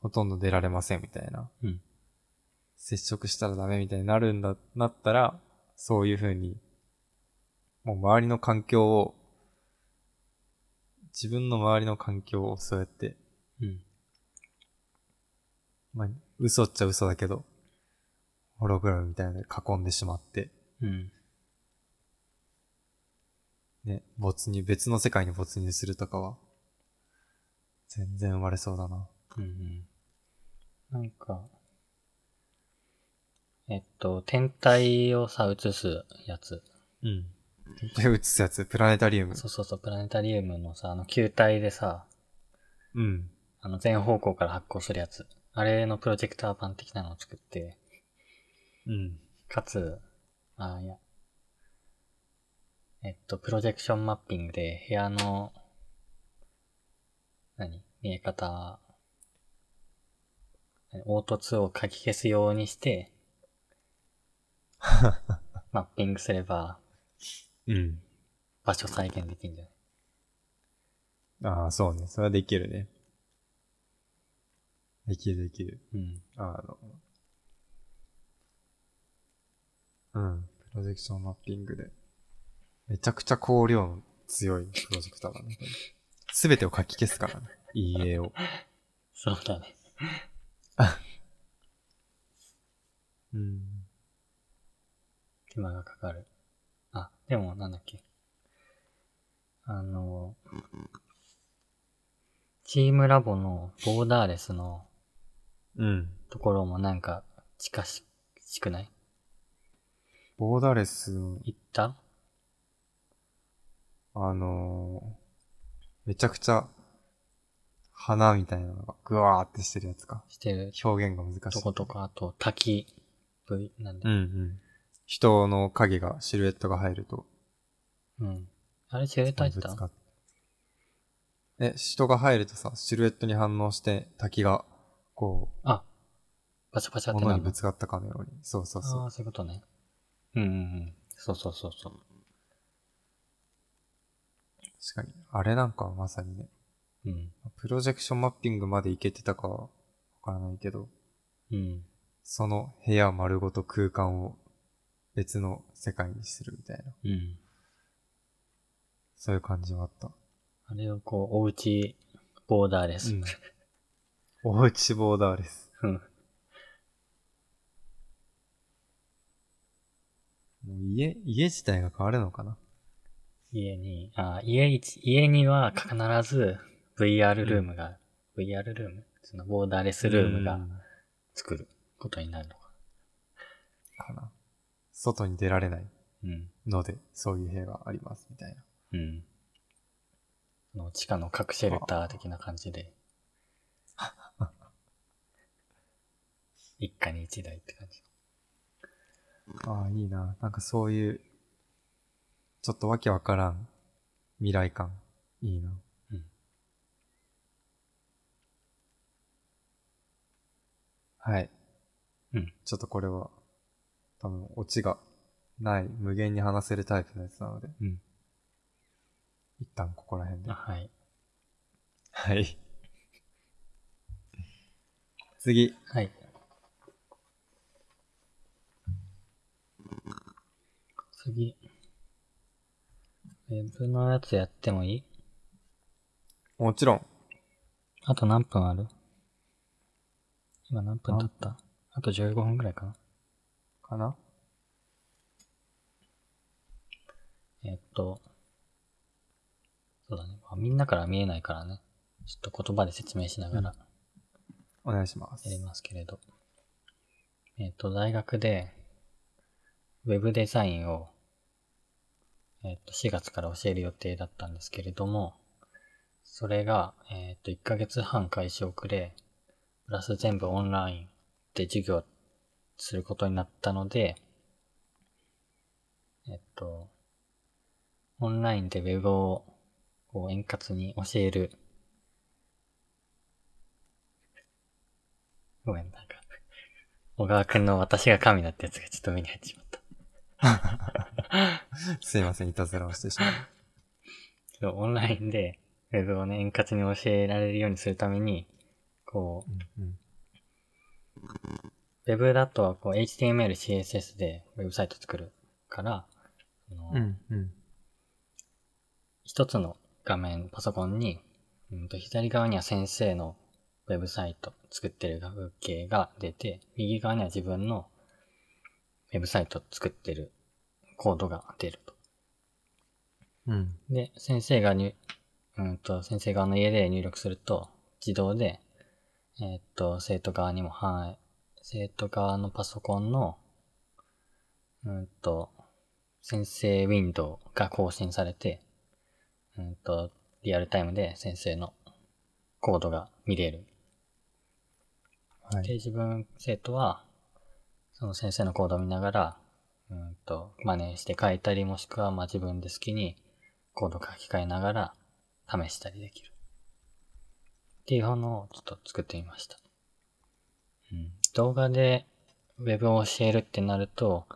ほとんど出られませんみたいな。
うん
接触したらダメみたいになるんだ、なったら、そういうふうに、もう周りの環境を、自分の周りの環境をそうやって
うん。
まあ、嘘っちゃ嘘だけど、ホログラムみたいなので囲んでしまって、
うん。
ね、没入、別の世界に没入するとかは、全然生まれそうだな。
うんうん。なんか、えっと、天体をさ、映すやつ。
うん。手映すやつ、プラネタリウム。
そうそうそう、プラネタリウムのさ、あの球体でさ、
うん。
あの全方向から発光するやつ。あれのプロジェクター版的なのを作って、
うん。
かつ、あ、いや。えっと、プロジェクションマッピングで部屋の、何見え方、何凹凸をかき消すようにして、マッピングすれば
うん。
場所再現できるんじゃない
ああ、そうね。それはできるね。できるできる。
うん。
あの、うん。プロジェクションマッピングで。めちゃくちゃ光量の強いプロジェクターだね。すべてを書き消すからね。いい絵を。
そうだね。
うん。
手間がかかる。あ、でもなんだっけ。あの、チームラボのボーダーレスの
うん。
ところもなんか近し、近くない
ボーダーレス、
行った
あのーめちゃくちゃ、花みたいなのがぐわーってしてるやつか。
してる
表現が難し
と
い。
ことか、あと滝、V、なん
う
だ
んうん。人の影が、シルエットが入ると、
うん。あれ、シルエット入ってた
ぶつかっえ、人が入るとさ、シルエットに反応して滝が、こ
あ、パシャパシ
う、
ャって
物
な
に
るの
ぶつかったかのように。そうそう
あ
そ
あ、そういうことね。うんうんうん。そうそうそうそう。
う。確かに。あれなんかはまさにね、
うん。
プロジェクションマッピングまでいけてたかはわからないけど、
うん。
その部屋丸ごと空間を別の世界にするみたいな。
うん。
そういう感じはあった。
あれをこう、おうちボーダーレス。
うん。おうちボーダーです。
うん。
もう家、家自体が変わるのかな
家に、あ、家一、家には必ず VR ルームが、VR ルームそのボーダーレスルーム
う
が
ん
作ることになるのか。
かな。外に出られない
うん。
ので、そういう部屋があります、みたいな。
うん。その地下の核シェルター的な感じで。 一家に一台って感じ。
ああ、いいな。なんかそういう、ちょっとわけわからん未来感。いいな。
うん
はい。
うん。
ちょっとこれは、多分、オチがない、無限に話せるタイプのやつなので、
うん。
一旦ここら辺で
あ。はい。
はい。 次。
はい。次。ウェブのやつやってもいい
もちろん。
あと何分ある今何分経ったあと15分くらいかな
かな
えっと、そうだね。まあみんなから見えないからね。ちょっと言葉で説明しながら
お願いします
や。りますけれど。えっと、大学で、ウェブデザインを、えっと、4月から教える予定だったんですけれども、それが、えっと、1ヶ月半開始遅れ、プラス全部オンラインで授業することになったので、えっと、オンラインでウェブをこう円滑に教える。ごめん、なんか、小川くんの私が神だってやつがちょっと目に入ってしまった。
すいません、いたずらをしてしまう。
そうオンラインでウェブをね、円滑に教えられるようにするために、こう、
うんうん
ウェブだとこう HTML、CSS でウェブサイト作るから、その
うんうん。
一つの画面、パソコンに、うん、と左側には先生のウェブサイト作ってる風景が出て、右側には自分のウェブサイト作ってるコードが出ると。
うん。
で、先生が入、うんと、先生側の家で入力すると、自動で、えーっと、生徒側にも反映、生徒側のパソコンの、うんと、先生ウィンドウが更新されて、うんと、リアルタイムで先生のコードが見れる。
は
で、
い。
自分、生徒は、その先生のコードを見ながら、うんと、真似して書いたり、もしくは、まあ自分で好きにコードを書き換えながら、試したりできる。っていうのをちょっと作ってみました。うん、動画で Web を教えるってなると、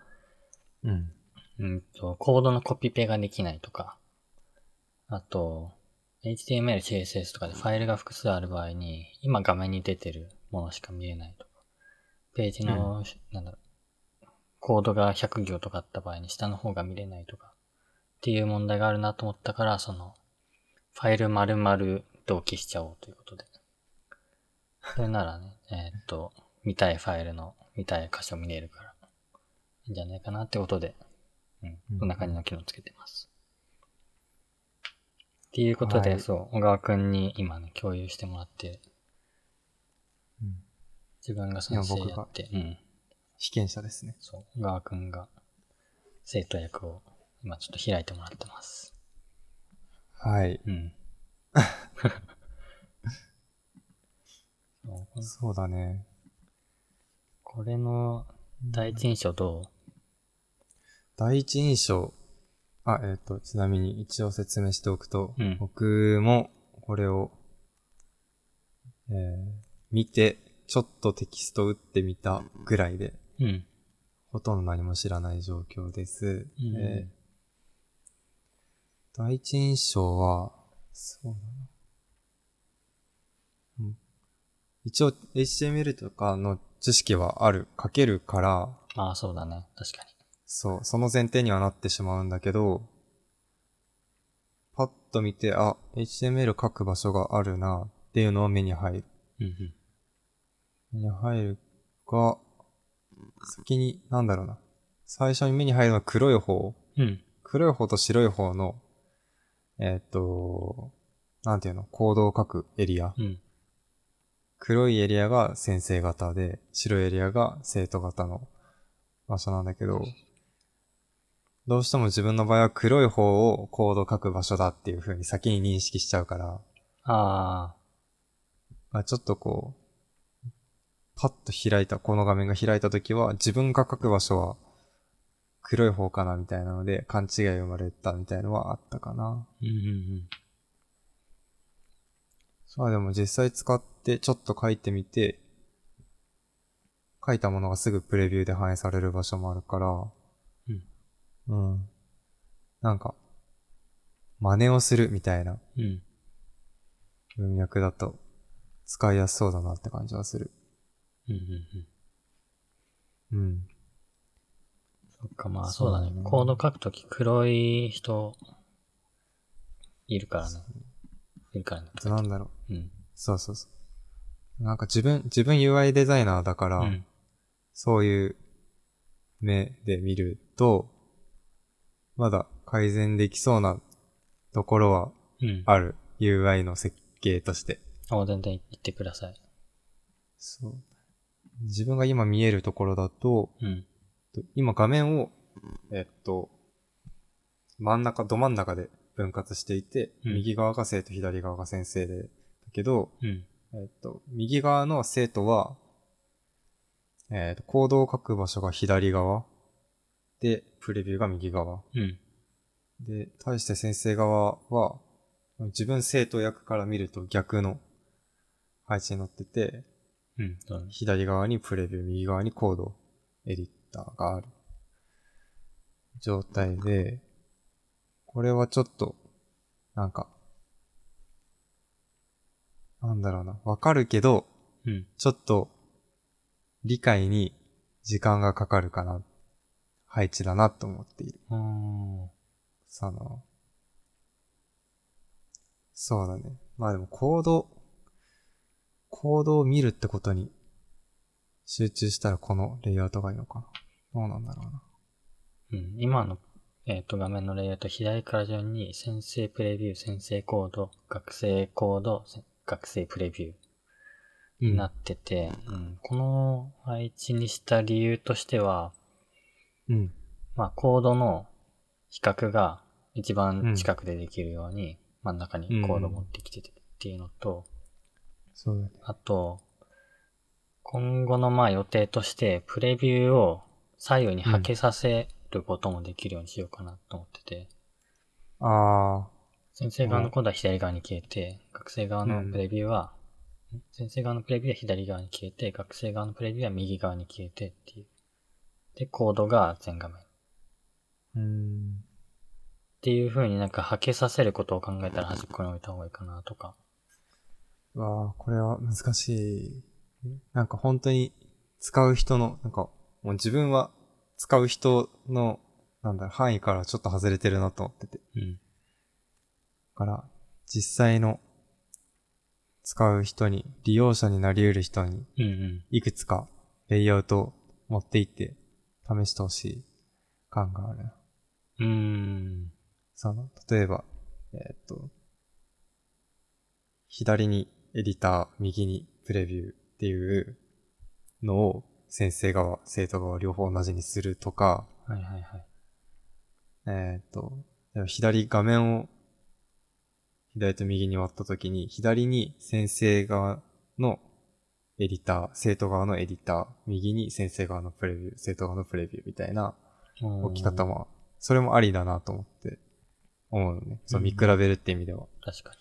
うん。
うんと、コードのコピペができないとか、あと、HTML、CSS とかでファイルが複数ある場合に、今画面に出てるものしか見えないとか、ページの、なんだろう、コードが100行とかあった場合に下の方が見れないとか、っていう問題があるなと思ったから、その、ファイル丸々同期しちゃおうということで。それならね、えーっと、見たいファイルの、見たい箇所見れるから、いいんじゃないかなってことで、うん
うん、
こんな感じの機能つけてます。っていうことで、
はい
そう、小川くんに今ね、共有してもらって、
うん
自分が先生
いや僕
や
が
って、うん、
被験者ですね。
そう、小川くんが生徒役を今ちょっと開いてもらってます。
はい。
うん。そうこん
そうだね。
これの第一印象どう
第一印象。あ、えっ、と、ちなみに一応説明しておくと、
うん
僕もこれを、えー見て、ちょっとテキスト打ってみたぐらいで、
うん。
ほとんど何も知らない状況です。
うん
えー第一印象は、そうだな。うん、一応 HTML とかの知識はある、書けるから、
ああ、そうだね。確か
そう、その前提にはなってしまうんだけど、パッと見て、あ、HTML 書く場所があるな、っていうのは目に入る。
に。うん
目に入るが、先に、なんだろうな。最初に目に入るのは黒い方。
うん。うん。
黒い方と白い方の、えーっと、なんていうの、コードを書くエリア。
うん。
黒いエリアが先生型で、白いエリアが生徒型の場所なんだけど、どうしても自分の場合は黒い方をコード書く場所だっていう風に先に認識しちゃうから、
ああ、
まあ、ちょっとこう、パッと開いた、この画面が開いた時は自分が書く場所は黒い方かなみたいなので勘違いが生まれたみたいのはあったかな。
うんうん
まあでも実際使ってちょっと書いてみて、書いたものがすぐプレビューで反映される場所もあるから、うん。なんか、真似をするみたいな
うん。うん。
文脈だと使いやすそうだなって感じはする。
うんうんうん。
うん。
そっか、まあそうだ
そうだ
ね。
ね
コード書くとき黒い人、いるからね。いるからね。
なんだろう。
うん。
そうそうそう。なんか自分、自分 UI デザイナーだから、
うん。
そういう目で見ると、まだ改善できそうなところは
うん。
ある UI の設計として。
あ、全然言ってください。
そう。自分が今見えるところだと、
うん。
今画面を、えっと、真ん中、ど真ん中で分割していて、
うん
右側が生徒、左側が先生で、だけど、
うん。
えっと、右側の生徒は、えっと、コードを書く場所が左側。で、プレビューが右側。
うん。
で、対して先生側は、自分生徒役から見ると逆の配置になってて、
うん。そうね
左側にプレビュー、右側にコード、エディターがある状態で、これはちょっと、なんか、なんだろうな、わかるけど、
うん。
ちょっと、理解に時間がかかるかな、配置だなと思っている。
あー
その、そうだね。まあでも行動、行動を見るってことに集中したらこのレイアウトがいいのかな。どうなんだろうな。
うん。今の、えっ、と、画面のレイアウト、左から順に、先生プレビュー、先生コード、学生コード、せ学生プレビュー。になってて、うん、この配置にした理由としては、
うん。
まあ、コードの比較が一番近くでできるように、真ん中にコードを持ってきててっていうのと、
そうだね。
あと、今後のまあ予定として、プレビューを左右にはけさせることもできるようにしようかなと思ってて、
あ
先生側のコードは左側に消えて、学生側のプレビューは、ん先生側のプレビューは左側に消えて、学生側のプレビューは右側に消えてっていう。で、コードが全画面。っ
ー。うん。
ていう風になんか、はけさせることを考えたら端っこに置いた方がいいかなとか。
うわあ、これは難しい。なんか本当に使う人の、なんかもう自分は使う人の、なんだろう、範囲からちょっと外れてるなと思ってて。
うん。
だから、実際の使う人に、利用者になり得る人に、
うんうん。
いくつかレイアウトを持っていって、試してほしい感がある。
うーん。
その、例えば、えーっと、左にエディター、右にプレビューっていうのを先生側、生徒側両方同じにするとか、
はいはいはい。
えーっと、左画面を左と右に割ったときに、左に先生側のエディター、生徒側のエディター、右に先生側のプレビュー、生徒側のプレビューみたいな置
置
き方。も、それもありだなと思って思うのね。そう、
うん
見比べるって意味では。
確か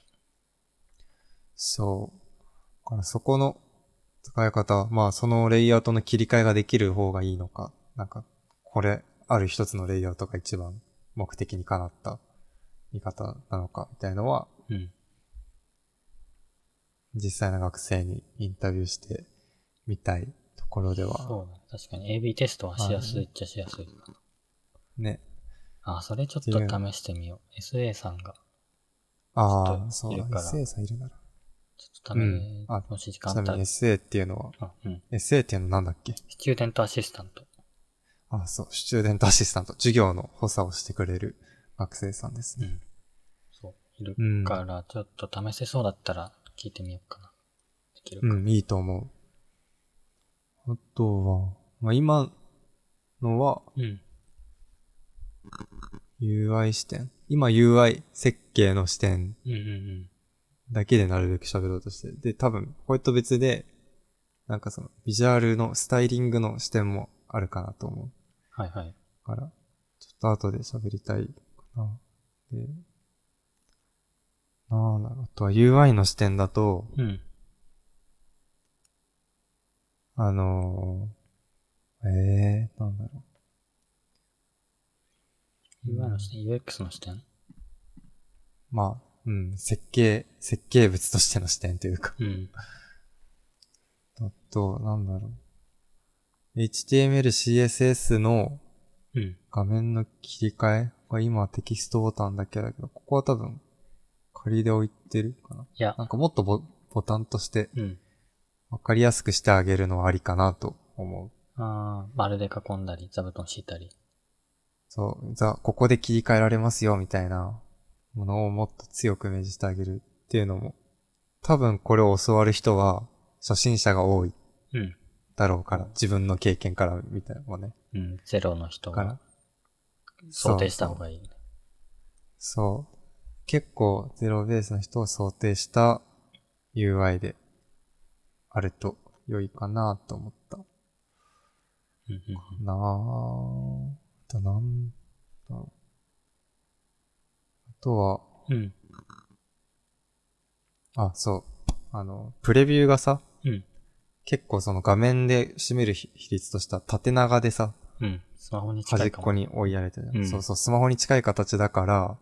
そう。だからそこの使い方、まあそのレイアウトの切り替えができる方がいいのか、なんか、これ、ある一つのレイアウトが一番目的にかなった見方なのか、みたいのは、
に。うん。
実際の学生にインタビューしてみたいところでは、
そうだね。確かに AB テストはしやすいっちゃしやすいかな。
ね。
あ、それちょっと試してみよう。SA さんが、ちょっ
ああ、
と
そう
い
だ
る、から
SA さんいるなら。
ちょっと試、
うんあ
もし時間
ちな
あっ
み
たら
に SA っていうのは、
あ、うん。
SA っていうのなんだっけ
スチューデントアシスタント。
あ、そう、スチューデントアシスタント、授業の補佐をしてくれる学生さんですね。
ん。そう。いる
うん
から、ちょっと試せそうだったら聞いてみようかな。できるか。
うん、いいと思う。あとは、まあ、今のは
うん。
UI 視点。今 UI 設計の視点
うんうん
だけでなるべく喋ろうとして。で、多分、これと別で、なんかその、ビジュアルのスタイリングの視点もあるかなと思う。
うん。はいはい。
から、ちょっと後で喋りたいかな。で、なんだろう。あとは UI の視点だと、
うん。
あのー、えー、なんだろう。
UI の視点、UX の視点
まあ、うん、設計、設計物としての視点というか。
うん。
あと、なんだろう。HTML、CSS の
うん。
画面の切り替えが今はテキストボタンだけだけど、ここは多分仮で置いてるかな。
いや
な、んかもっとボボタンとして
うん。
分かりやすくしてあげるのはありかなと思う。
あー丸で囲んだり、座布団敷いたり。
そう、じゃあここで切り替えられますよみたいなものをもっと強く明示してあげるっていうのも、多分これを教わる人は初心者が多い
うん。
だろうから、自分の経験からみたいなのもね。
うん。ゼロの人
から
が。想定した方がいい。
そう。結構ゼロベースの人を想定した UI であると良いかなと思った。
うんうんうん
なぁ。あと、なんだろう。あとは、
うん。
あ、そう。あの、プレビューがさ、
うん。
結構その画面で占める比比率としたら縦長でさ、
うん。スマホに近
端っ
いかも。
こに追いやれてる、
うん
そうそう、スマホに近い形だから、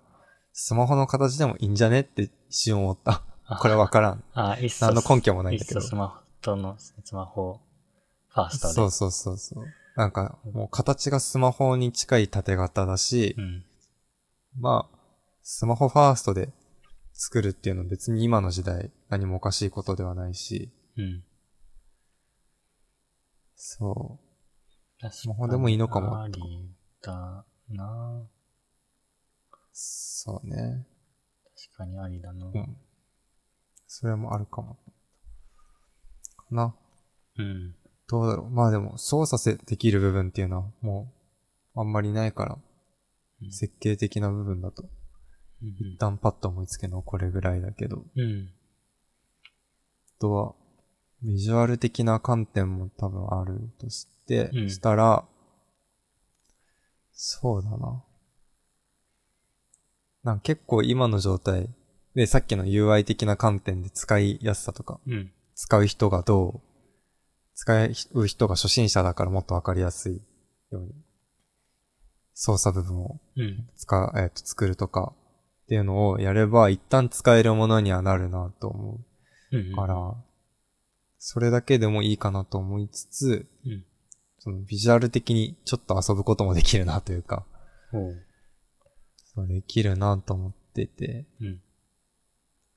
スマホの形でもいいんじゃねって一瞬思った。
あ
これわからん。
ああ、いっそ。
何の根拠もないんだけ
い
ど
っそ。スマホとの、スマホ、ファーストで。
そうそうそうそう。なんか、もう形がスマホに近い縦型だし、
うん。
まあ、スマホファーストで作るっていうのは別に今の時代何もおかしいことではないし、
うん。
そ
ス
マホでもいいのかも
ありだな
う、そうね。
確かにありだな
うん。それもあるかも。かな。
うん。
どうだろう。まあでも、操作せできる部分っていうのはもう、あんまりないから、
うん
設計的な部分だと、
うん
一旦パッと思いつけのはこれぐらいだけど、
うん。
あとは、ビジュアル的な観点も多分あるとして、
うん
したら、そうだな。なんか結構今の状態でさっきの UI 的な観点で使いやすさとか、
うん。
使う人がどう、使う人が初心者だからもっとわかりやすいように、操作部分を
うん。
使う、えっ、と、作るとかっていうのをやれば一旦使えるものにはなるなと思う。
うん。
から、それだけでもいいかなと思いつつ、
うん。
そのビジュアル的にちょっと遊ぶこともできるなというか、
おう。
そうできるなと思ってて、
うん。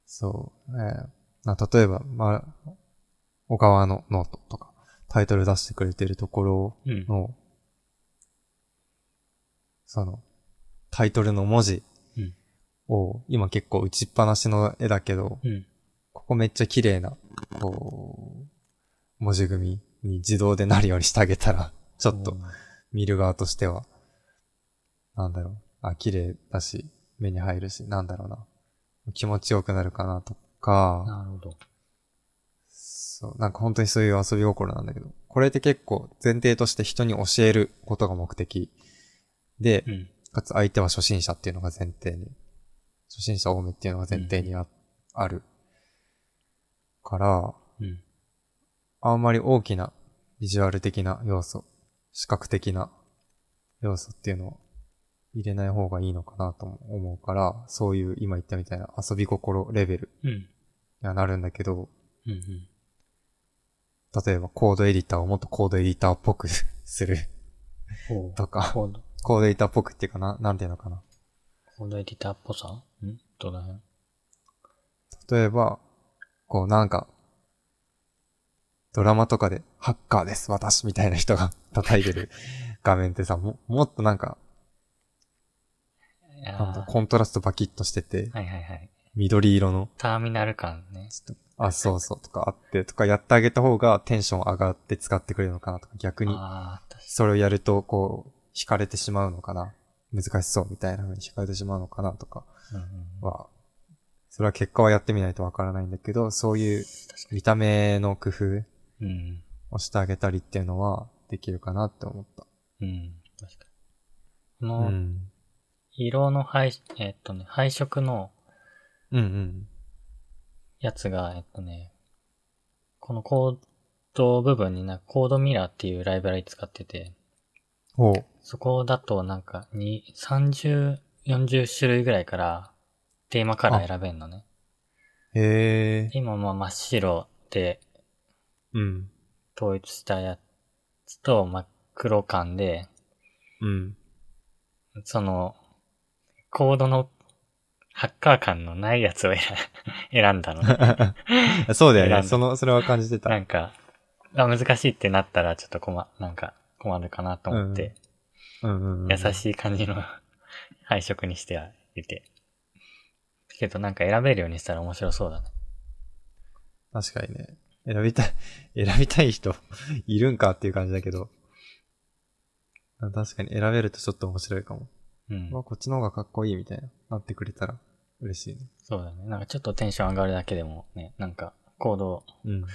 そう、えーまあ例えば、まあ、小川のノートとか、タイトル出してくれてるところ
うん。
の、その、タイトルの文字
うん
を、今結構打ちっぱなしの絵だけど、
うん。
ここめっちゃ綺麗な、こう、文字組みに自動でなるようにしてあげたら、ちょっと見る側としては、なんだろう、あ、綺麗だし、目に入るし、なんだろうな、気持ちよくなるかなと
おう。
か、
なるほど。
そう、なんか本当にそういう遊び心なんだけど、これって結構前提として人に教えることが目的で
う、ん。
かつ相手は初心者っていうのが前提に、初心者多めっていうのが前提にあ,、あるから、
うん。
あんまり大きなビジュアル的な要素、視覚的な要素っていうのを入れない方がいいのかなとも思うから、そういう今言ったみたいな遊び心レベル
うん。
にはなるんだけど、
うん。うん。
例えばコードエディターをもっとコードエディターっぽく する
おう。
とか、
コード、
コードエディターっぽくっていうかな、なんていうのかな。
コードエディターっぽさんどの辺
例えば、こうなんか、ドラマとかで、ハッカーです、私みたいな人が叩いてる画面ってさ、ももっとなんか、
いや
なんだ
ー
コントラストバキッとしてて、
はいはいはい。
緑色の、
ターミナル感ね。
ちょっと、あ、そうそうとかあって、とかやってあげた方がテンション上がって使ってくれるのかなとか、逆に
ああ、確
それをやると、こう、惹かれてしまうのかな。難しそうみたいな風に惹かれてしまうのかなとか
かに。うんうんうん
は、それは結果はやってみないとわからないんだけど、そういう
確か
見た目の工夫
に。うん。
をしてあげたりっていうのはできるかなって思った。
うん。確かに。こ
う
の、
ん。
色の配、えっとね、配色の
うんうん。
やつが、えっとね、このコード部分にな、コードミラーっていうライブラリ使ってて、
ほう。
そこだとなんか、に30、40種類ぐらいからテーマカラー選べるのね。
へえ。
今まあ真っ白で
うん。
統一したやつと真っ黒感で、
うん。
その、コードのハッカー感のないやつを選 選んだのね。
そうだよ
選
ね。
んだ
その、それは感じてた。
なんか、あ難しいってなったらちょっと困、なんか困るかなと思って、
うんうんうん、
優しい感じの 配色にしていて。けどなんか選べるようにしたら面白そうだね。
確かにね。選びたい、 選びたい人 いるんかっていう感じだけど。あ確かに選べるとちょっと面白いかも。
うん
ま。あこっちの方がかっこいいみたいな、なってくれたら嬉しいね。
そうだね。なんかちょっとテンション上がるだけでもね、なんか行動
うん。
好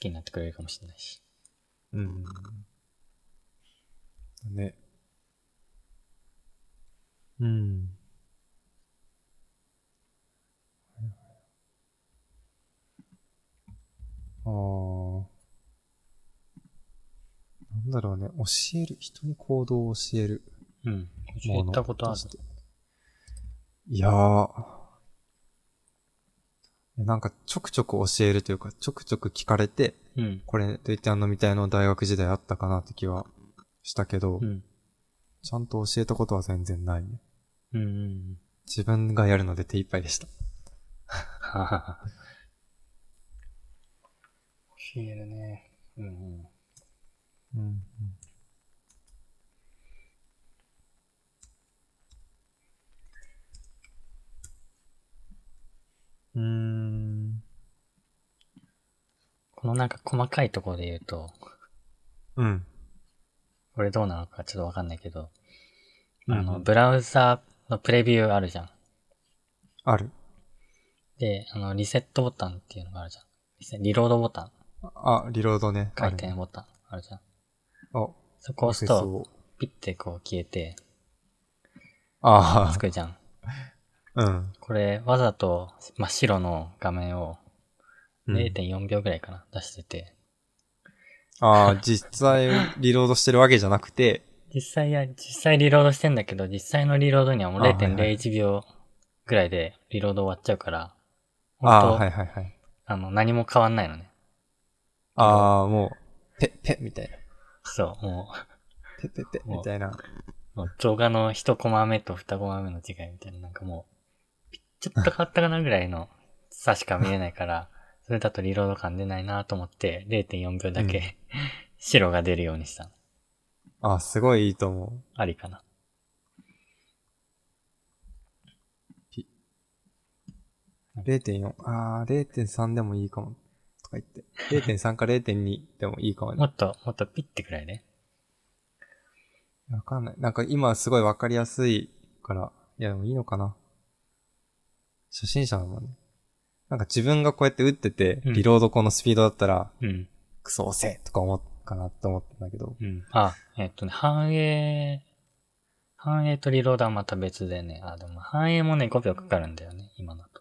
きになってくれるかもしれないし。
うん。ね。うん。ああ。なんだろうね。教える。人に行動を教える。
うん。教えたことあ
もの。
る
していやー。なんかちょくちょく教えるというか、ちょくちょく聞かれて、
うん。
これといってあのみたいの大学時代あったかなって気はしたけど、
うん。
ちゃんと教えたことは全然ないね。
うんうんうん。
自分がやるので手一杯でした。
ははは。教えるね。うんうん。
うん。うん。
このなんか細かいところで言うと、
うん。
これどうなのかちょっとわかんないけど、
うん
あの、ブラウザのプレビューあるじゃん。
ある。
で、あの、リセットボタンっていうのがあるじゃん。リセリロードボタン、
あ、リロードね。
回転ボタンあるじゃん。
ある。あ、
そこを
アクセ
押す
ス
と、
を
ピッてこう消えて、
あ
つくじゃん。
あ、うん。
これ、わざと真っ白の画面を
うん
0.4秒ぐらいかな、出してて、
ああ、実際リロードしてるわけじゃなくて、
実際や、実際リロードしてんだけど、実際のリロードにはもう
あはいはい
0.01秒ぐらいでリロード終わっちゃうから、 本
ああ、
当あ,、
はいはいはい。
の、何も変わんないのね。
ああ、もう、ペッペッみたいな。
そう、も
ペッペッペッ
もう
みたいな。
う、もう動画の1コマ目と2コマ目の違いみたいな、なんかもう、ちょっと変わったかなぐらいの差しか見えないから、 それだとリロード感出ないなと思って、0.4秒だけ、
うん
白が出るようにしたの。
ああ、すごいいいと思う。
ありかな。
0.4。ああ、0.3でもいいかも。とか言 って。0.3か0.2でもいいかも
も
ね。
っと、もっとピッてくらいで、
わかんない。なんか今すごいわかりやすいから、いやでもいいのかな。初心者だもんね。なんか自分がこうやって打ってて、
うん
リロードこのスピードだったら、
うん。
クソ遅えとか思うかなって思ったんだけど。
うん。あ、えっとね、反映、反映とリロードはまた別でね、あ、でも反映もね、5秒かかるんだよね、今だと。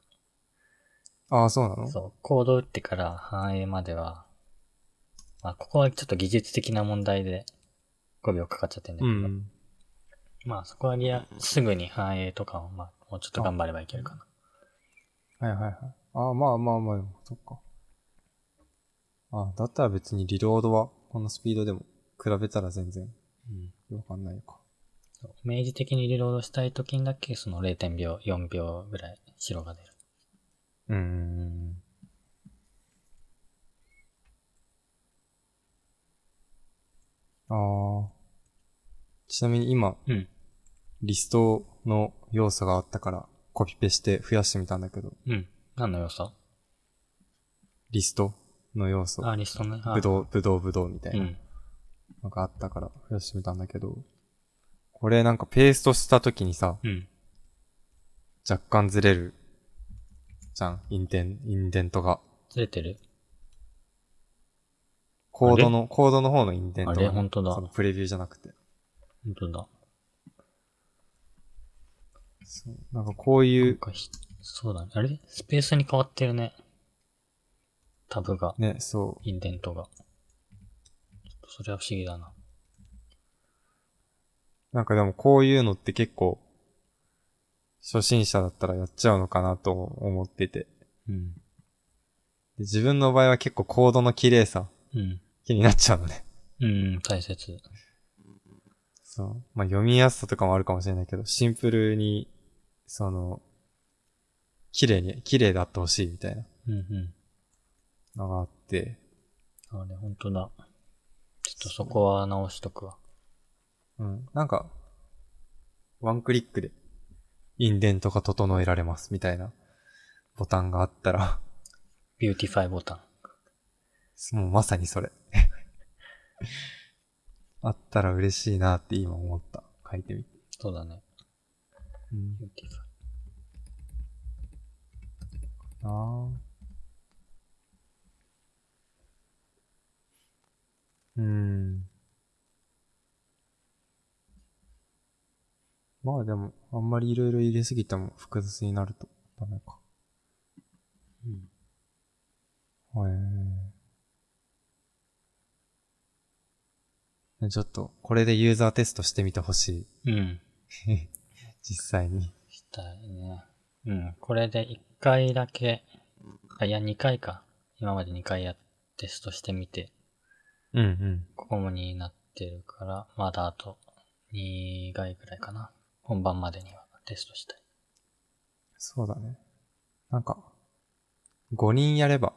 ああ、そうなの
そう、コード打ってから反映までは、まあ、ここはちょっと技術的な問題で5秒かかっちゃってんだけ
う
ど、
ん。
まあ、そこはリア、すぐに反映とかを、まあ、もうちょっと頑張ればいけるかな。
はいはいはい。ああ、まあまあまあ、そっか。ああ、だったら別にリロードは、このスピードでも、比べたら全然、
うん。
わかんないか。
そう明示的にリロードしたい時にだけ、その0.4秒、4秒ぐらい白が出る。
うーん。ああ。ちなみに今、
うん
リストの要素があったから、コピペして増やしてみたんだけど、
うん。何の要素
リストの要素、
あ、リストね。あ。
ぶどう、ぶどう、ぶどうみたいうなんのがあったから増やしてみたんだけど、これなんかペーストした時にさ、
うん。
若干ずれる、じゃん、インデン、インデントが。
ずれてる
コードの、コードの方のインデントがね、
あれ本当だ
そのプレビューじゃなくて。
本当だ。
そう。なんかこうい
なん
う、
かひ、そうだね。あれスペースに変わってるね。タブが、
ね、そ
インデントが。ちょっとそれは不思議だな。
う。なんかでもこういうのって結構、初心者だったらやっちゃうのかなと思ってて。で
うん。
自分の場合は結構コードの綺麗さ、
うん。
気になっちゃうのね。
うん、大切。
そう。まあ読みやすさとかもあるかもしれないけど、シンプルに、その、綺麗に、綺麗であってほしいみたいな
うんうん。
のがあって、
あれ、本当だ。ちょっとそこは直しとくわ。
うん。なんか、ワンクリックで、インデントが整えられますみたいなボタンがあったら、
ビューティファイボタン。
もうまさにそれ。 あったら嬉しいなって今思った。書いてみて。
そうだね。
うん
ビューティファイ。
なあ。まあでも、あんまりいろいろ入れすぎても複雑になるとダメか。
うん。
へえねちょっと、これでユーザーテストしてみてほし
うん。
い。 実際に。
したいね。うん。これで1回だけ、あ、いや2回か。今まで2回やテストしてみて、
うんうん。
ここも2になってるから、まだあと2回ぐらいかな。本番までにはテストしたい。
そうだね。なんか、5人やれば、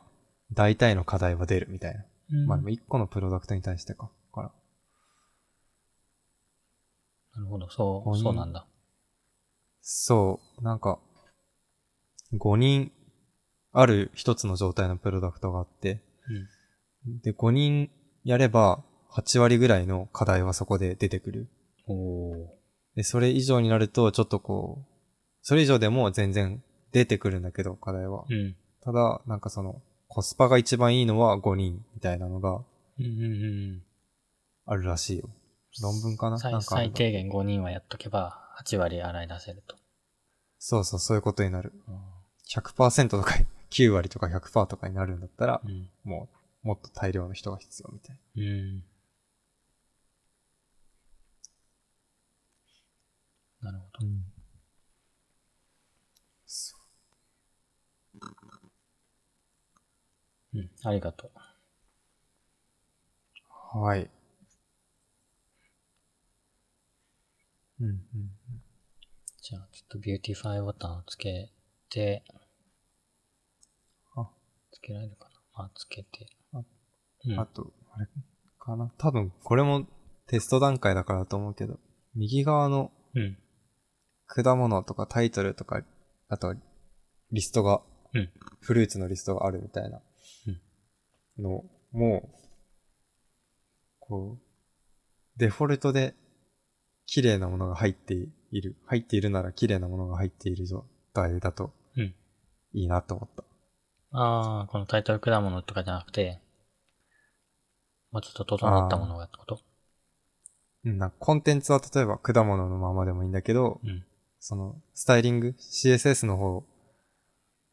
大体の課題は出るみたいな。
うん
まあ
な
でも1個のプロダクトに対してか。から。
るほど、そ
五
う、
人
そうなんだ。
そう、なんか、5人ある一つの状態のプロダクトがあって、
うん。
で、5人やれば、8割ぐらいの課題はそこで出てくる。
おー。
で、それ以上になると、ちょっとこう、それ以上でも全然出てくるんだけど、課題は。
うん。
ただ、なんかその、コスパが一番いいのは5人みたいなのが
うんうんうん。
あるらしいよ。論文かな
最
なんかあれ
最
ば
低限5人はやっとけば、8割洗い出せると。
そうそう、そういうことになる。
う
100%とか、9割 とか100%とかになるんだったら、
ん。
もう、もっと大量の人が必要みたいな。
うん。なるほど。
うん。そ
うん。ありがとう。
う。はい。うん、うん。
じゃあ、ちょっとビューティファイボタンをつけて、
あ
つけられるかなまあ、つけて。
あ
うん。
あと、あれかな多分、これもテスト段階だからだと思うけど、右側の
うん。
果物とかタイトルとか、あとはリストが、
うん
フルーツのリストがあるみたいなのもう、こう、デフォルトで綺麗なものが入っている。入っているなら綺麗なものが入っている状態だと
うん。
いいなと思った。
ああ、このタイトル果物とかじゃなくて、もうちょっと整ったものがってこと
うん、なんかコンテンツは例えば果物のままでもいいんだけど、
うん。
そのスタイリング、CSS の方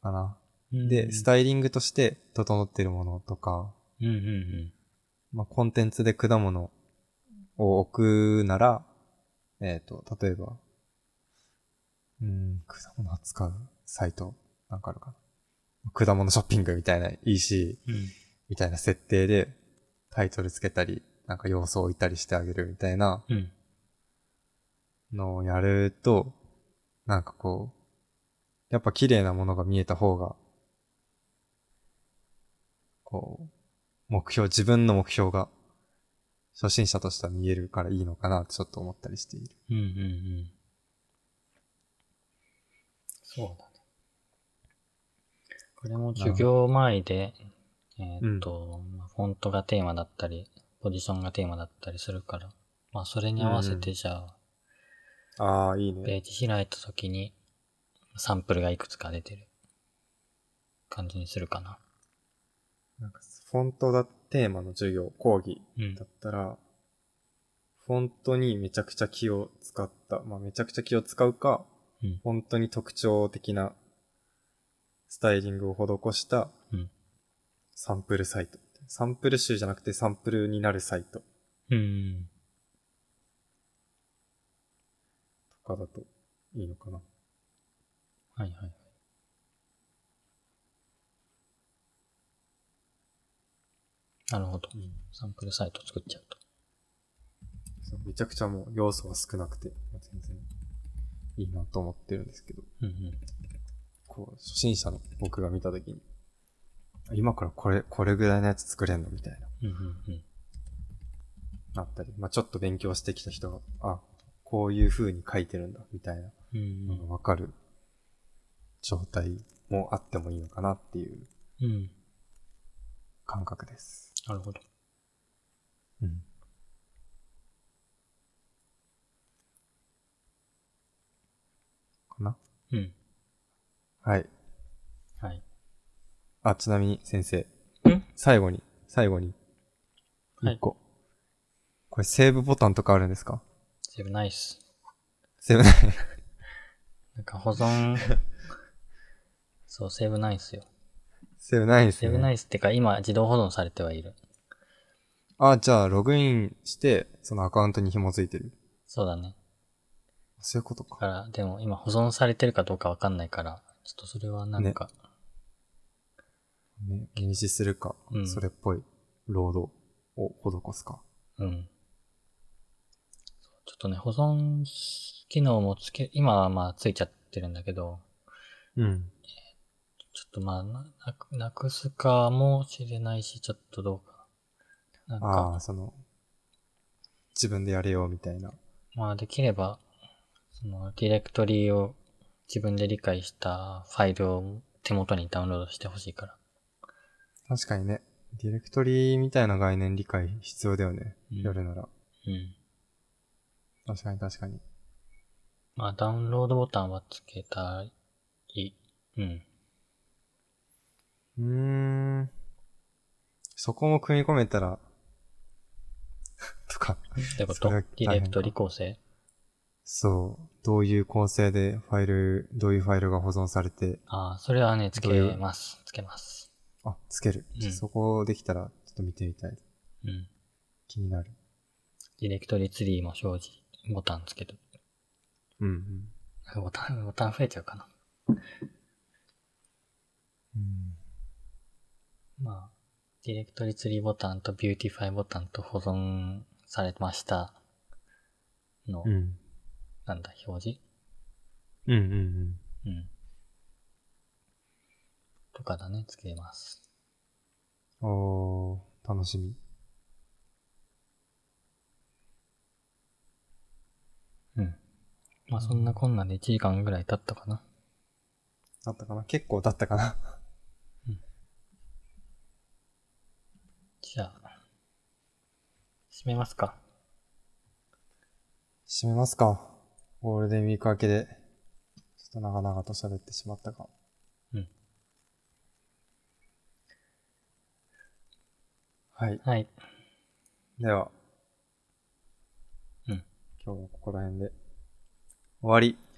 かな。で、ス
イ
タイリングとして整っているものとか、
うんうんうん。
まあ、コンテンツで果物を置くなら、えっ、と、例えば、うーん、果物扱うサイトなんかあるかな。果物ショッピングみたいな EC
うん。
みたいな設定でタイトルつけたり、なんか要素を置いたりしてあげるみたいな
うん。
のをやると、なんかこう、やっぱ綺麗なものが見えた方が、こう、目標、自分の目標が、初心者としては見えるからいいのかなってちょっと思ったりしている。
うんうんうん。そうだね。これも授業前で、えーっと、まあフォントがテーマだったり、ポジションがテーマだったりするから、まあそれに合わせ
うんう
てじゃあ、
ああ、いいね
ペ。ージ開いた時にサンプルがいくつか出てる感じにするかな。
なんか、フォントだ、テーマの授業、講義
うん
だ。ったら、フォントにめちゃくちゃ気を使った。まあ、めちゃくちゃ気を使うか、
うん
本当に特徴的なスタイリングを施した
うん
サンプルサイト。サンプル集じゃなくてサンプルになるサイト
うん。
とかだといいのかな。
はいはい。なるほど。サンプルサイト作っちゃうと。
そうめちゃくちゃもう要素は少なくて、まあ全然いいなと思ってるんですけど、
うんうん。
こう、初心者の僕が見たときに、あ今からこれ、これぐらいのやつ作れんのみたいな。
うんうんうん。
なったり、まあ、ちょっと勉強してきた人が、あ、こういう風に書いてるんだ、みたいな
うん
のがわかる状態もあってもいいのかなっていう
うん。うん。
感覚です。
なるほど。
うん。かな
うん。
はい。
はい。
あ、ちなみに先生。
ん
最後に、最後に。
はい
一個。これセーブボタンとかあるんですか
セーブナイス。
セブない。
なんか保 存、そう、セーブないっすよ。
セブないです
セ
ね。
ーブないっすってか、今自動保存されてはいる。
あ、じゃあ、ログインして、そのアカウントに紐づいてる。
そうだね。
そういうことか
だ。から、でも今保存されてるかどうかわかんないから、ちょっとそれはなんか、
ね、禁止するか、
うん
それっぽい労働を施すか。
うん。ちょっとね、保存機能もつけ、今はまあついちゃってるんだけど、
うん。
ちょっとまあな、なく、なくすかもしれないし、ちょっとどうか。なん
あ
か、
あ、その、自分でやれよ、みたいな。
まあできれば、その、ディレクトリを自分で理解したファイルを手元にダウンロードしてほしいから。
確かにね、ディレクトリみたいな概念理解必要だよね。
うん
やるなら。
うん。
確かに確かに。
まあ、ダウンロードボタンはつけたい。うん。
うーん。そこも組み込めたら、 とか、
ってこ
そ
と
れは
ディレクトリ構成
そう、どういう構成でファイル、どういうファイルが保存されて、
ああ、それはね、つけ
どういう
ます。つけます。
あ、つける。
うん
そこできたら、ちょっと見てみたい。
うん。
気になる。
ディレクトリツリーも表示、ボタンつける。
うん、うん。
ボタン、ボ タン増えちゃうかな。
うん
まあ、ディレクトリツリーボタンとビューティファイボタンと保存されましたの、
うん。
なんだ、表示
うんうんうん。
うん。とかだね、つけます。
おー、楽しみ。
うん。まあ、そんなこんなで1時間ぐらい経ったかな。
だったかな結構だったかな
じゃあ、閉めますか。
閉めますか。ゴールデンウィーク明けで、ちょっと長々と喋ってしまったか。
うん。
はい。
はい。
では。
うん。
今日はここら辺で。終わり。